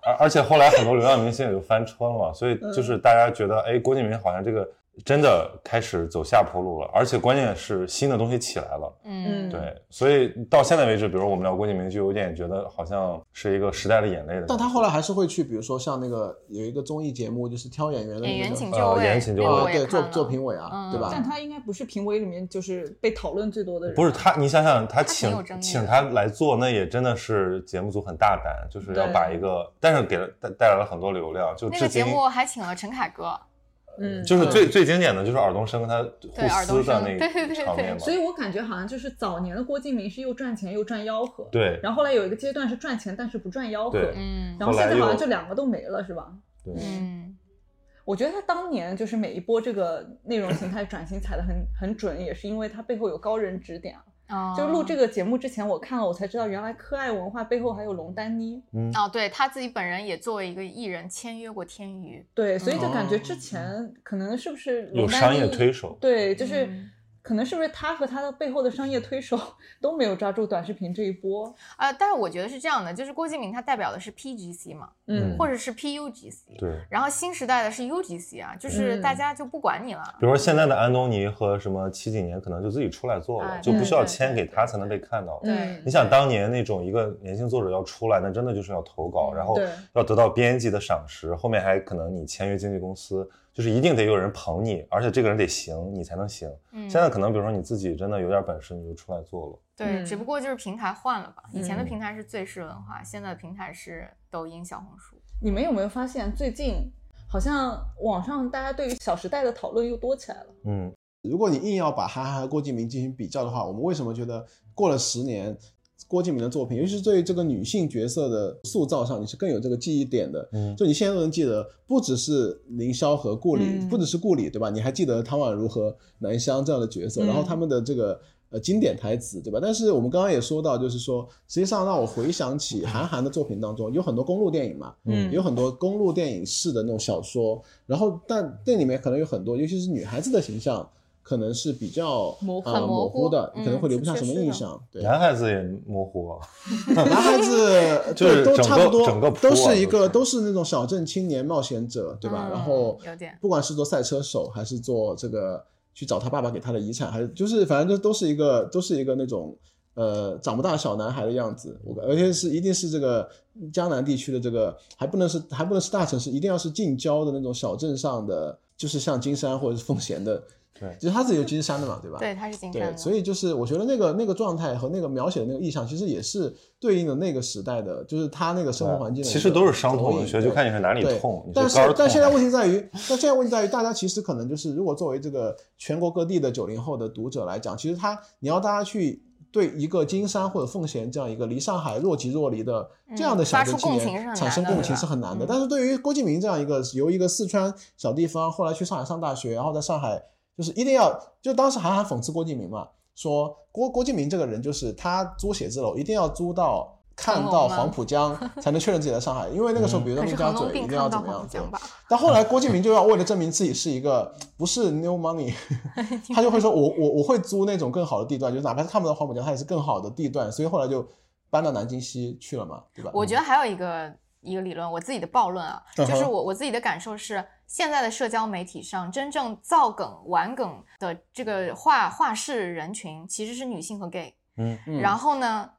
Speaker 1: 而而且后来很多流量明星也就翻车了嘛，所
Speaker 5: 嗯
Speaker 1: 以就是大家觉得，哎，郭敬明好像这个真的开始走下坡路了，而且关键是新的东西起来了，
Speaker 2: 嗯，
Speaker 5: 嗯
Speaker 1: 对，所以到现在为止，比如我们聊郭敬明，就有点觉得好像是一个时代的眼泪的。
Speaker 3: 但他后来还是会去，比如说像那个有一个综艺节目，就是挑演员的那个
Speaker 2: 演员请
Speaker 1: 呃
Speaker 2: 就位，
Speaker 1: 言情就
Speaker 2: 那个
Speaker 1: 位
Speaker 2: 我
Speaker 3: 啊，
Speaker 2: 也
Speaker 3: 对，
Speaker 2: 看
Speaker 3: 做
Speaker 2: 了，
Speaker 3: 做评委啊，
Speaker 2: 嗯
Speaker 3: 对
Speaker 5: 但
Speaker 3: 吧？
Speaker 5: 他应该不是评委里面就是被讨论最多的人。
Speaker 1: 不是他，你想想，他
Speaker 2: 他挺有
Speaker 1: 请
Speaker 2: 争议的
Speaker 1: 请他来做，那也真的是节目组很大胆，就是要
Speaker 5: 对
Speaker 1: 把一个，但是给了带带来了很多流量，就
Speaker 2: 那
Speaker 1: 至
Speaker 2: 个节
Speaker 1: 今
Speaker 2: 目还请了陈凯歌，
Speaker 5: 嗯，
Speaker 1: 就是
Speaker 5: 嗯
Speaker 1: 最最经典的就是尔冬升跟他
Speaker 2: 对尔冬
Speaker 1: 互撕的
Speaker 2: 升
Speaker 1: 那
Speaker 2: 对对对
Speaker 1: 个场
Speaker 2: 对
Speaker 1: 面嘛，
Speaker 5: 嗯所以我感觉好像就是早年的郭敬明是又赚钱又赚吆喝，
Speaker 1: 对，
Speaker 5: 然后后来有一个阶段是赚钱但是不赚吆喝，
Speaker 1: 对
Speaker 2: 嗯
Speaker 5: 然后现
Speaker 1: 后来
Speaker 5: 在
Speaker 1: 又
Speaker 5: 好像就两个都没了，是吧？
Speaker 2: 嗯，
Speaker 5: 我觉得他当年就是每一波这个内容形态转型踩得很很准，也是因为他背后有高人指点啊。
Speaker 2: 哦
Speaker 5: 就录这个节目之前，我看了我才知道，原来科爱文化背后还有龙丹妮。
Speaker 1: 嗯，
Speaker 2: 哦，对他自己本人也作为一个艺人签约过天娱，
Speaker 5: 对，所以就感觉
Speaker 3: 哦
Speaker 5: 之前可能是不是
Speaker 1: 有
Speaker 5: 龙丹
Speaker 1: 商业
Speaker 5: 妮
Speaker 1: 推手
Speaker 5: 对，就是
Speaker 2: 嗯
Speaker 5: 可能是不是他和他的背后的商业推手 (laughs) 都没有抓住短视频这一波，
Speaker 2: 呃，但是我觉得是这样的，就是郭敬明他代表的是 PGC 嘛，
Speaker 1: 嗯
Speaker 5: 嗯，
Speaker 2: 或者是 PUGC，
Speaker 1: 对。
Speaker 2: 然后新时代的是 UGC 啊，就是大
Speaker 5: 嗯
Speaker 2: 家就不管你了
Speaker 1: 比，如说现在的安东尼和什么七几年，可能就自己出来做了，
Speaker 2: 哎
Speaker 1: 就不需要
Speaker 2: 对对
Speaker 1: 签
Speaker 2: 对
Speaker 1: 给他才能被看到。
Speaker 5: 嗯
Speaker 2: 对，
Speaker 1: 你想当年那种一个年轻作者要出来，那真的就是要投稿，然后
Speaker 5: 对
Speaker 1: 要得到编辑的赏识，后面还可能你签约经纪公司，就是一定得有人捧你，而且这个人得行，你才能行。
Speaker 2: 嗯
Speaker 1: 现在可能比如说你自己真的有点本事，你就出来做了。
Speaker 2: 对，
Speaker 5: 嗯
Speaker 2: 只不过就是平台换了吧，以前的
Speaker 1: 嗯
Speaker 2: 平台是最是文化，现在的平台是抖音、小红书。
Speaker 5: 你们有没有发现最近好像网上大家对于《小时代》的讨论又多起来了？
Speaker 1: 嗯，
Speaker 3: 如果你硬要把韩寒和郭敬明进行比较的话，我们为什么觉得过了十年，郭敬明的作品，尤其是对这个女性角色的塑造上，你是更有这个记忆点的？
Speaker 1: 嗯
Speaker 3: 就你现在都能记得，不只是凌霄和顾里，
Speaker 5: 嗯
Speaker 3: 不只是顾里，对吧？你还记得唐宛如和南湘这样的角色，
Speaker 5: 嗯
Speaker 3: 然后他们的这个。呃经典台词，对吧？但是我们刚刚也说到，就是说实际上让我回想起韩寒的作品当中，有很多公路电影嘛，
Speaker 5: 嗯
Speaker 3: 有很多公路电影式的那种小说，然后但那里面可能有很多，尤其是女孩子的形象，可能是比较
Speaker 5: 模糊
Speaker 3: 呃
Speaker 2: 很模
Speaker 3: 模
Speaker 2: 糊
Speaker 3: 的，可能
Speaker 2: 嗯
Speaker 3: 会留不下
Speaker 2: 确
Speaker 3: 什么
Speaker 2: 实
Speaker 3: 印
Speaker 2: 的
Speaker 3: 象。
Speaker 1: (laughs)
Speaker 3: 对，
Speaker 1: 男孩子也模糊，啊
Speaker 3: 男孩子
Speaker 1: 就
Speaker 3: 对
Speaker 1: 是
Speaker 3: 都
Speaker 1: 整
Speaker 3: 差不
Speaker 1: 个
Speaker 3: 多，
Speaker 1: 整个坡
Speaker 3: 都
Speaker 1: 啊
Speaker 3: 是一
Speaker 1: 都
Speaker 3: 个
Speaker 1: 是
Speaker 3: 都是那种小镇青年冒险者，对吧？
Speaker 2: 嗯
Speaker 3: 然后
Speaker 2: 有点
Speaker 3: 不管是做赛车手，还是做这个去找他爸爸给他的遗产，还是就是反正就都是一个都是一个那种呃长不大小男孩的样子。我而且是一定是这个江南地区的这个还不能是还不能是大城市，一定要是近郊的那种小镇上的，就是像金山或者是奉贤的，
Speaker 1: 对
Speaker 3: 就是他自己有金山的嘛，对吧？
Speaker 2: 对，他是金山
Speaker 3: 对，
Speaker 2: 的，
Speaker 3: 所以就是我觉得那个那个状态和那个描写的那个意象，其实也是对应的那个时代的，就是他那个生活环境的一
Speaker 1: 其
Speaker 3: 个
Speaker 1: 实都是伤痛文
Speaker 3: 投
Speaker 1: 学，
Speaker 3: 影
Speaker 1: 就看你是哪里
Speaker 3: 对
Speaker 1: 痛。你
Speaker 3: 但
Speaker 1: 肝儿
Speaker 3: 是，但
Speaker 1: 痛
Speaker 3: 现在
Speaker 1: 还
Speaker 3: 问题在于，但现在问题在于，大家其实可能就是，如果作为这个全国各地的九零后的读者来讲，其实他你要大家去对一个金山或者奉贤这样一个离上海若即若离的这样的
Speaker 2: 嗯
Speaker 3: 小
Speaker 2: 发
Speaker 3: 镇
Speaker 2: 出共
Speaker 3: 青年
Speaker 2: 情是很
Speaker 3: 产
Speaker 2: 难
Speaker 3: 生
Speaker 2: 的
Speaker 3: 共
Speaker 2: 对
Speaker 3: 情
Speaker 2: 吧
Speaker 3: 是很难的。
Speaker 2: 嗯
Speaker 3: 但是对于郭敬明这样一个由一个四川小地方，后来去上海上大学，然后在上海就是一定要，就当时韩寒讽刺郭敬明嘛，说郭郭敬明这个人就是他租写字楼一定要租到。看
Speaker 2: 成
Speaker 3: 到
Speaker 2: 龙吗
Speaker 3: 黄
Speaker 2: (laughs)
Speaker 3: 浦江才能确认自己在上海，因为那个时候，比如说
Speaker 2: 可
Speaker 3: 陆
Speaker 2: 是
Speaker 3: 家
Speaker 2: 恒
Speaker 3: 嘴
Speaker 2: 隆
Speaker 3: 一
Speaker 2: 并
Speaker 3: 定要
Speaker 2: 看
Speaker 3: 怎
Speaker 2: 到
Speaker 3: 么样
Speaker 2: 黄浦，
Speaker 3: 对
Speaker 2: 江吧，
Speaker 3: 但后来郭敬明就要为了证明自己是一个不是 new
Speaker 2: (laughs)
Speaker 3: money，他就会说我我我会租那种更好的地段，就是哪怕是看不到黄浦江，它也是更好的地段，所以后来就搬到南京西去了嘛，对吧？嗯
Speaker 2: 我觉得还有一个一个理论，我自己的暴论啊，
Speaker 3: 嗯哼
Speaker 2: 就是我我自己的感受是，现在的社交媒体上真正造梗、玩梗的这个话话事人群其实是女性和 gay。
Speaker 1: 嗯，
Speaker 3: 嗯
Speaker 2: 然后呢，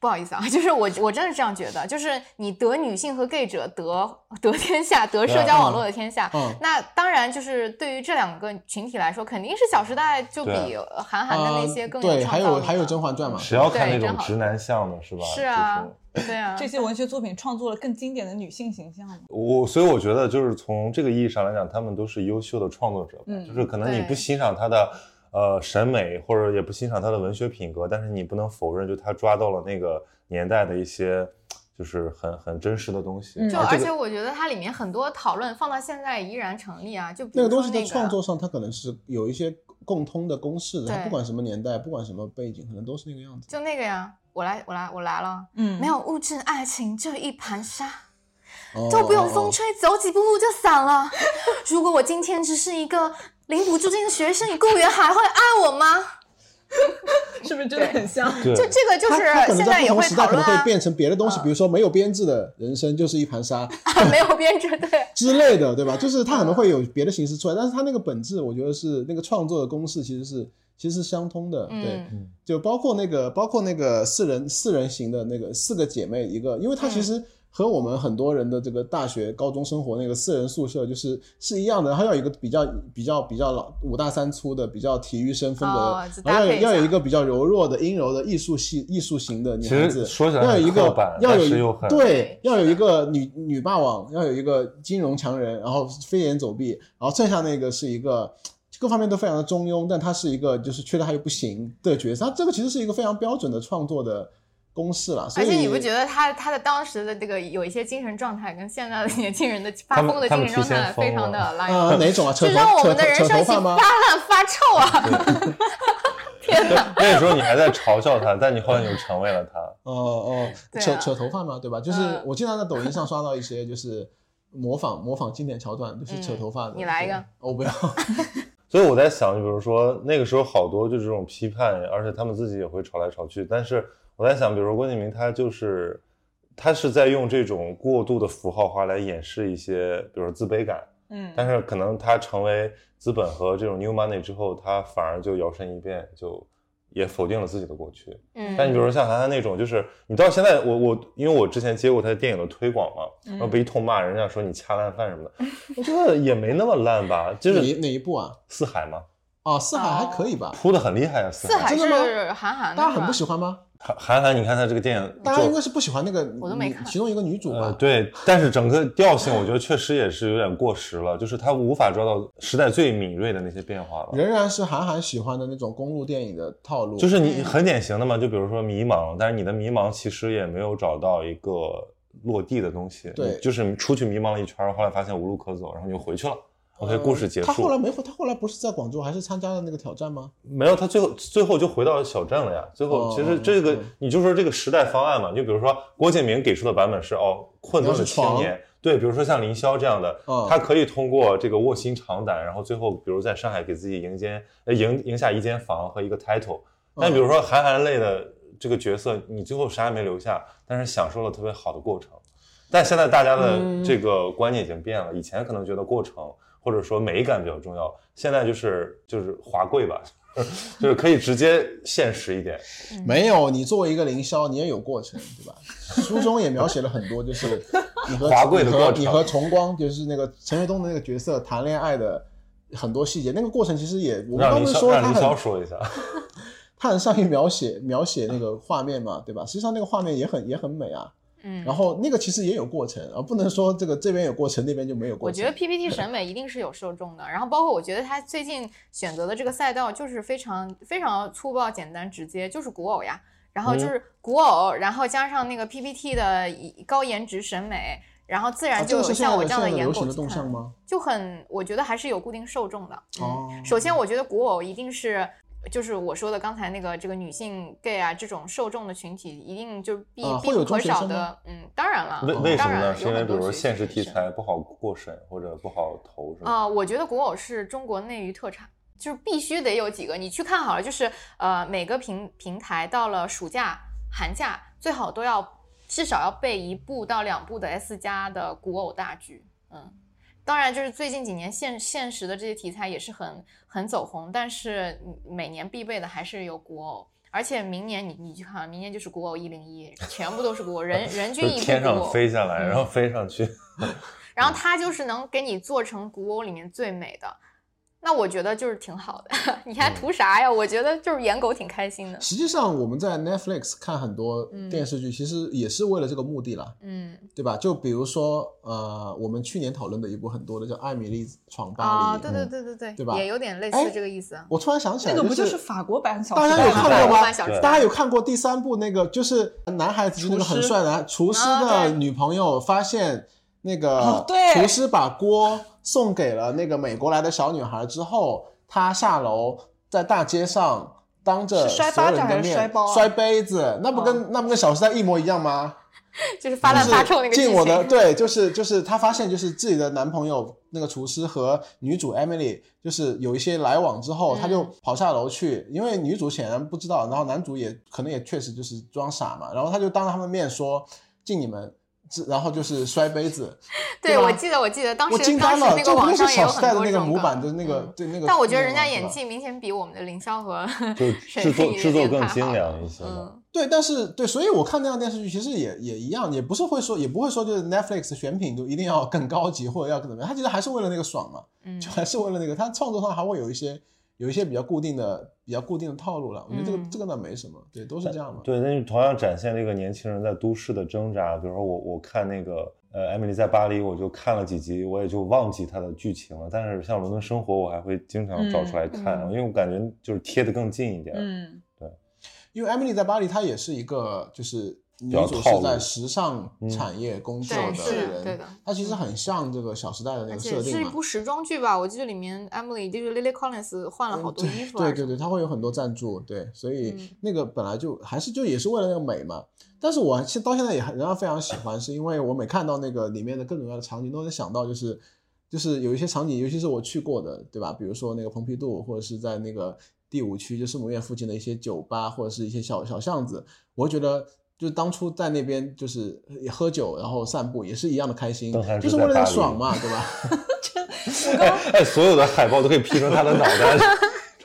Speaker 2: 不好意思啊， (laughs) 就是我我真的是这样觉得，就是你得女性和 gay 者得得天下，得社交网络的天下。
Speaker 3: 啊嗯，
Speaker 2: 那当然，就是对于这两个群体来说，肯定是《小时代》就比
Speaker 1: 对啊
Speaker 2: 呃韩寒的那些更有
Speaker 3: 嗯对，
Speaker 2: 创
Speaker 3: 还
Speaker 2: 造
Speaker 3: 有
Speaker 2: 力
Speaker 3: 还有《
Speaker 2: 的
Speaker 3: 甄嬛传》嘛，
Speaker 1: 谁要看
Speaker 2: 对
Speaker 1: 那种
Speaker 2: 真好
Speaker 1: 直男向的是吧？
Speaker 2: 是啊
Speaker 1: 就是
Speaker 2: 对啊，
Speaker 5: 这些文学作品创作了更经典的女性形象嘛？
Speaker 1: 我所以我觉得就是从这个意义上来讲，他们都是优秀的创作者吧。
Speaker 5: 嗯
Speaker 1: 就是可能
Speaker 2: 对
Speaker 1: 你不欣赏他的呃审美，或者也不欣赏他的文学品格，但是你不能否认，就他抓到了那个年代的一些就是很很真实的东西。啊
Speaker 5: 嗯
Speaker 2: 就
Speaker 1: 这
Speaker 2: 而
Speaker 1: 个
Speaker 2: 且我觉得它里面很多讨论放到现在依然成立啊，就比
Speaker 3: 那
Speaker 2: 如
Speaker 3: 个
Speaker 2: 说
Speaker 3: 东西
Speaker 2: 那
Speaker 3: 的
Speaker 2: 个
Speaker 3: 创作上，它可能是有一些共通的公式的，它
Speaker 2: 对
Speaker 3: 不管什么年代，不管什么背景，可能都是那个样子。
Speaker 2: 就那个呀，我来我来我来了，
Speaker 5: 嗯
Speaker 4: 没有物质爱情这一盘沙，
Speaker 3: 哦
Speaker 4: 都不用风
Speaker 3: 哦
Speaker 4: 吹，走几步路就
Speaker 2: (laughs)
Speaker 4: 散了。如果我今天只是一个零补助金的学生，你雇员还会爱我吗？
Speaker 5: 是不是真的很像？
Speaker 1: 对
Speaker 2: 就这个就
Speaker 3: 它
Speaker 2: 是
Speaker 3: 它可能
Speaker 2: 现在
Speaker 3: 在不
Speaker 2: 也
Speaker 3: 同
Speaker 2: 会
Speaker 3: 时代
Speaker 2: 讨
Speaker 3: 可能
Speaker 2: 论
Speaker 3: 会
Speaker 2: 啊，
Speaker 3: 变成别的东西，比如说没有编制的人生就是一盘沙，
Speaker 2: 啊 (laughs) 没有编制对，
Speaker 3: 之类的，对吧？就是它可能会有别的形式出来，但是它那个本质，我觉得是那个创作的公式其实是其实是相通的，对。
Speaker 2: 嗯，
Speaker 3: 就包括那个包括那个四人四人行的那个四个姐妹一个，因为
Speaker 2: 嗯
Speaker 3: 它其实和我们很多人的这个大学高中生活那个四人宿舍就是是一样的，它要有一个比较比较比较老五大三粗的比较体育生风格的，
Speaker 2: 哦就
Speaker 3: 然
Speaker 2: 搭
Speaker 3: 后要
Speaker 2: 配
Speaker 3: 有
Speaker 2: 一下
Speaker 3: 要有一个比较柔弱的阴柔的艺术系艺术型的女
Speaker 1: 其
Speaker 3: 孩
Speaker 1: 实
Speaker 3: 子，
Speaker 1: 说起来
Speaker 3: 要有
Speaker 1: 很
Speaker 3: 一
Speaker 1: 刻
Speaker 3: 个
Speaker 1: 板，
Speaker 3: 要
Speaker 1: 但
Speaker 3: 有
Speaker 1: 是
Speaker 3: 一
Speaker 1: 又很
Speaker 3: 对
Speaker 2: 对，
Speaker 3: 要有一个女女霸王，要有一个金融强人，然后飞檐走壁，然后剩下那个是一个各方面都非常的中庸，但他是一个就是缺的他又不行的角色。他这个其实是一个非常标准的创作的公式啦。所
Speaker 2: 而
Speaker 3: 以
Speaker 2: 且你不觉得他他的当时的这个有一些精神状态跟现在的年
Speaker 1: (laughs)
Speaker 2: 轻人的发
Speaker 1: 他们
Speaker 2: 疯的
Speaker 1: 他
Speaker 2: 精
Speaker 1: 们
Speaker 2: 神状
Speaker 1: 提前
Speaker 2: 态非
Speaker 1: 疯
Speaker 2: 常的
Speaker 1: 了
Speaker 2: line
Speaker 3: 啊、
Speaker 2: (laughs)
Speaker 3: 哪种啊？扯
Speaker 2: 就
Speaker 3: 头
Speaker 2: 让我
Speaker 3: 扯
Speaker 2: 们的人
Speaker 3: 扯
Speaker 2: 生
Speaker 3: 头
Speaker 2: 一起
Speaker 3: 发
Speaker 2: 发
Speaker 3: 吗？
Speaker 2: 烂发臭啊！天哪！
Speaker 1: 那时候你还在嘲笑他，但你后来你就成为了他。
Speaker 3: 哦哦，
Speaker 2: (laughs) 对啊
Speaker 3: 扯扯头发嘛，对吧？就是
Speaker 2: 嗯
Speaker 3: 我经常在抖音上刷到一些就是模仿模仿经典桥段，就是扯头发的。
Speaker 2: 嗯你来一个
Speaker 3: 对，哦我不要。
Speaker 1: 所以我在想，就比如说那个时候好多就这种批判，而且他们自己也会吵来吵去。但是我在想，比如说郭敬明，他就是他是在用这种过度的符号化来掩饰一些，比如说自卑感。
Speaker 5: 嗯
Speaker 1: 但是可能他成为资本和这种 new money 之后，他反而就摇身一变，就也否定了自己的过去。
Speaker 2: (laughs) 嗯，
Speaker 1: 但你比如说像韩寒那种，就是你到现在，我我因为我之前接过他的电影的推广嘛，
Speaker 5: 嗯
Speaker 1: 然
Speaker 3: 哦
Speaker 1: 后被一通骂，人家说你掐烂饭什么的，我觉得也没那么烂吧，就
Speaker 3: 哪一
Speaker 1: 是
Speaker 3: 哪一部啊？
Speaker 1: 四海嘛，
Speaker 3: 啊，四海
Speaker 2: 哦
Speaker 3: 还可以吧？
Speaker 1: 扑的很厉害啊，四
Speaker 2: 四
Speaker 1: 海。
Speaker 2: 海
Speaker 3: 真的吗
Speaker 2: 是韩寒的，
Speaker 3: 大家很不喜欢吗？
Speaker 1: 韩韩寒，你看他这个电影
Speaker 3: 大家应
Speaker 1: 就。
Speaker 3: 该是不喜欢那个，
Speaker 2: 我都没
Speaker 3: 女
Speaker 2: 看
Speaker 3: 其中一个女主
Speaker 1: 呃，
Speaker 3: 吧？
Speaker 1: 对，但是整个调性我觉得确实也是有点过时 (laughs) 了，就是他无法抓到时代最敏锐的那些变化了。
Speaker 3: 仍然是韩寒喜欢的那种公路电影的套路，
Speaker 1: 就是你很典型的嘛，就比如说迷茫，但是你的迷茫其实也没有找到一个落地的东西，
Speaker 3: 对
Speaker 1: 你就是你出去迷茫了一圈儿，后来发现无路可走，然后你就回去了， OK，故事结
Speaker 3: 他呃后来
Speaker 1: 束。
Speaker 3: 没回，他后来不是在广州，还是参加了那个挑战吗？
Speaker 1: 没有，他最后最后就回到小镇了呀。最后
Speaker 3: 哦
Speaker 1: 其实这个
Speaker 3: 嗯
Speaker 1: 你就说这个时代方案嘛，你就比如说郭敬明给出的版本是哦，困顿的
Speaker 3: 你要是
Speaker 1: 青
Speaker 3: 床
Speaker 1: 年，对，比如说像凌霄这样的，
Speaker 3: 嗯
Speaker 1: 他可以通过这个卧薪尝胆，然后最后比如在上海给自己赢间呃赢赢下一间房和一个 title。但比如说韩寒类的这个角色，你最后啥也没留下，但是享受了特别好的过程。但现在大家的这个观念已经变了，以前可能觉得过程或者说美感比较重要，现在就是就是华贵吧， (laughs) 就是可以直接现实一点。
Speaker 2: 嗯
Speaker 3: 没有，你作为一个凌霄，你也有过程，对吧？书中也描写了很
Speaker 1: (laughs)
Speaker 3: 多，就是你和
Speaker 1: 华贵的
Speaker 3: 你和
Speaker 1: 过程
Speaker 3: 你和崇光，就是那个陈学冬的那个角色谈恋爱的很多细节，那个过程其实也，我们
Speaker 1: 让
Speaker 3: 刚
Speaker 1: 凌
Speaker 3: 不是
Speaker 1: 霄
Speaker 3: 说
Speaker 1: 让
Speaker 3: 他
Speaker 1: 凌霄
Speaker 3: 很
Speaker 1: 说一下，
Speaker 3: 他很善于描写描写那个画面嘛，对吧？实际上那个画面也很也很美啊。
Speaker 2: 嗯，
Speaker 3: 然后那个其实也有过程，而不能说这个这边有过程，那边就没有过
Speaker 2: 我觉
Speaker 3: 程。
Speaker 2: 得 PPT 审美一定是有受众的，然后包括我觉得他最近选择的这个赛道就是非常非常粗暴、简单、直接，就是古偶呀，然后
Speaker 3: 嗯
Speaker 2: 就是古偶，然后加上那个 PPT 的一高颜值审美，然后自
Speaker 3: 啊
Speaker 2: 然
Speaker 3: 这
Speaker 2: 就
Speaker 3: 个
Speaker 2: 有
Speaker 3: 是
Speaker 2: 像我
Speaker 3: 现
Speaker 2: 这样
Speaker 3: 在的现在的
Speaker 2: 颜
Speaker 3: 流
Speaker 2: 狗
Speaker 3: 行的
Speaker 2: 去
Speaker 3: 动向
Speaker 2: 看，
Speaker 3: 吗？
Speaker 2: 就很我觉得还是有固定受众的。嗯
Speaker 3: 哦
Speaker 2: 首先我觉得古偶一定是。就是我说的刚才那个这个女性 gay 啊，这种受众的群体一定就必、
Speaker 3: 啊
Speaker 2: 必
Speaker 3: 会有
Speaker 2: 不可
Speaker 3: 中学
Speaker 2: 少
Speaker 3: 生
Speaker 2: 的
Speaker 3: 吗，
Speaker 2: 嗯，当然了，
Speaker 1: 为
Speaker 3: 哦
Speaker 1: 为什
Speaker 2: 当
Speaker 1: 么
Speaker 2: 然
Speaker 1: 呢？是
Speaker 2: 有
Speaker 1: 因为
Speaker 2: 很
Speaker 1: 比
Speaker 2: 多
Speaker 1: 如说
Speaker 2: 学
Speaker 1: 现实
Speaker 2: 学
Speaker 1: 题
Speaker 2: 生
Speaker 1: 材不好过审或者不好投是吧？
Speaker 2: 啊、我觉得古偶是中国内娱特产，就是必须得有几个。你去看好了，就是呃，每个平平台到了暑假、寒假，最好都要至少要备一部到两部的 S 加的古偶大剧。嗯，当然就是最近几年现现实的这些题材也是很很走红，但是每年必备的还是有古偶。而且明年你你去看，啊明年就是古偶一零一，全部都是古偶，人人均
Speaker 1: 就
Speaker 2: 一部
Speaker 1: 天
Speaker 2: 古
Speaker 1: 上
Speaker 2: 偶
Speaker 1: 飞下来，
Speaker 2: 嗯
Speaker 1: 然后飞上去。
Speaker 2: 然后
Speaker 3: 嗯
Speaker 2: 它就是能给你做成古偶里面最美的，那我觉得就是挺好的。 (laughs) 你
Speaker 3: 嗯
Speaker 2: 还图啥呀？我觉得就是演狗挺开心的。
Speaker 3: 实际上我们在 Netflix 看很多
Speaker 2: 嗯
Speaker 3: 电视剧，其实也是为了这个目的啦。
Speaker 2: 嗯，
Speaker 3: 对吧？就比如说，呃，我们去年讨论的一部很多的叫《艾米丽闯巴
Speaker 2: 啊、
Speaker 3: 黎》，嗯
Speaker 2: 对对对对对，
Speaker 3: 对吧
Speaker 2: 也有点类
Speaker 3: 哎
Speaker 2: 似这个意思。啊
Speaker 3: 我突然想起来，
Speaker 5: 那个不
Speaker 3: 就
Speaker 5: 就是法国版小
Speaker 3: 大
Speaker 5: 时
Speaker 3: 家
Speaker 5: 代
Speaker 3: 有
Speaker 5: 吗
Speaker 3: 看过
Speaker 2: 法国
Speaker 3: 吗
Speaker 2: 版小？
Speaker 1: 对
Speaker 2: 说
Speaker 3: 大家有看过第三部那个，就是男孩子那个很帅的厨师的女朋友发现那个
Speaker 5: 啊哦对
Speaker 3: 厨师把锅送给了那个美国来的小女孩之后，他下楼在大街上当着
Speaker 5: 是摔
Speaker 3: 所有
Speaker 5: 巴掌
Speaker 3: 人的
Speaker 5: 还是
Speaker 3: 面
Speaker 5: 摔包啊哦
Speaker 3: 摔杯子，那不跟那不跟《小时代》一模一样吗？
Speaker 2: 就是发烂
Speaker 3: 就是
Speaker 2: 发臭那个剧
Speaker 3: 进我的
Speaker 2: 情。
Speaker 3: 对，就是就是她发现就是自己的男朋友那个厨师和女主 Emily 就是有一些来往之后，
Speaker 2: 嗯
Speaker 3: 她就跑下楼去，因为女主显然不知道，然后男主也可能也确实就是装傻嘛，然后他就当着他们面说敬你们，这然后就是摔杯子，
Speaker 2: 对，
Speaker 3: 对吧
Speaker 2: 我记得，我记得当
Speaker 3: 我
Speaker 2: 时
Speaker 3: 惊
Speaker 2: 当
Speaker 3: 呆
Speaker 2: 时
Speaker 3: 了，
Speaker 2: 那
Speaker 3: 这
Speaker 2: 个
Speaker 3: 不
Speaker 2: 网
Speaker 3: 就
Speaker 2: 上
Speaker 3: 是《
Speaker 2: 也有
Speaker 3: 小时
Speaker 2: 很
Speaker 3: 代》的
Speaker 2: 多
Speaker 3: 那
Speaker 2: 这
Speaker 3: 个
Speaker 2: 种
Speaker 3: 模
Speaker 2: 梗。嗯
Speaker 3: 板的那个对那个，
Speaker 2: 但我觉得人家
Speaker 3: 那个
Speaker 2: 演
Speaker 3: 嘛是吧
Speaker 2: 技明显比我们的凌霄和
Speaker 1: 就
Speaker 2: 沈
Speaker 1: 制
Speaker 2: 飞
Speaker 1: 作
Speaker 2: 宇的
Speaker 1: 制作
Speaker 2: 电
Speaker 1: 更
Speaker 2: 台好
Speaker 1: 精良
Speaker 2: 了
Speaker 1: 一些嘛
Speaker 2: 嗯，
Speaker 3: 对，但是对，所以我看那样电视剧其实也也一样，也不是会说，也不会说就是 Netflix 选品就一定要更高级或者要更怎么样，他其实还是为了那个爽嘛，
Speaker 2: 嗯
Speaker 3: 就还是为了那个，他创作上还会有一些有一些比较固定的比较固定的套路了，我觉得这个、
Speaker 2: 嗯
Speaker 3: 这个倒没什么，对，都是这样嘛。
Speaker 1: 对，那就同样展现这个年轻人在都市的挣扎。比如说我，我看那个呃《艾米丽在巴黎》，我就看了几集，我也就忘记它的剧情了。但是像《伦敦生活》，我还会经常找出来看，
Speaker 5: 嗯嗯
Speaker 1: 因为我感觉就是贴得更近一点。
Speaker 5: 嗯，
Speaker 3: 因为 Emily 在巴黎，她也是一个就是女
Speaker 1: 较
Speaker 3: 主
Speaker 1: 套
Speaker 3: 是
Speaker 1: 路
Speaker 3: 在时尚
Speaker 1: 嗯
Speaker 3: 产业工作
Speaker 2: 对
Speaker 3: 的
Speaker 2: 是
Speaker 3: 人，
Speaker 2: 的对的嗯
Speaker 3: 她其实很像这个《小时代》的那
Speaker 2: 而
Speaker 3: 个
Speaker 2: 且
Speaker 3: 设
Speaker 2: 是
Speaker 3: 定
Speaker 2: 一
Speaker 3: 嘛。
Speaker 2: 部时装剧吧？我记得里面 Emily 就是 Lily Collins 换了好多衣服啊
Speaker 3: 嗯对
Speaker 2: 什
Speaker 3: 对
Speaker 2: 么的
Speaker 3: 对，它会有很多赞助，对，所
Speaker 2: 嗯
Speaker 3: 以那个本来就还是就也是为了那个美嘛。但是我现到现在也很仍然非常喜欢，是因为我每看到那个里面的各种各样的场景，都能想到就是就是有一些场景，尤其是我去过的，对吧？比如说那个蓬皮杜，或者是在那个第五区，就圣母院附近的一些酒吧或者是一些小小巷子，我会觉得。就是当初在那边就是喝酒，然后散步，也是一样的开心
Speaker 1: 邓涵，
Speaker 3: 就
Speaker 1: 之
Speaker 3: 是为了
Speaker 1: 在
Speaker 3: 那个
Speaker 1: 巴黎
Speaker 3: 爽嘛，
Speaker 2: (laughs)
Speaker 3: 对吧？
Speaker 1: 哎，所有的海报都可以 P 成他的脑袋，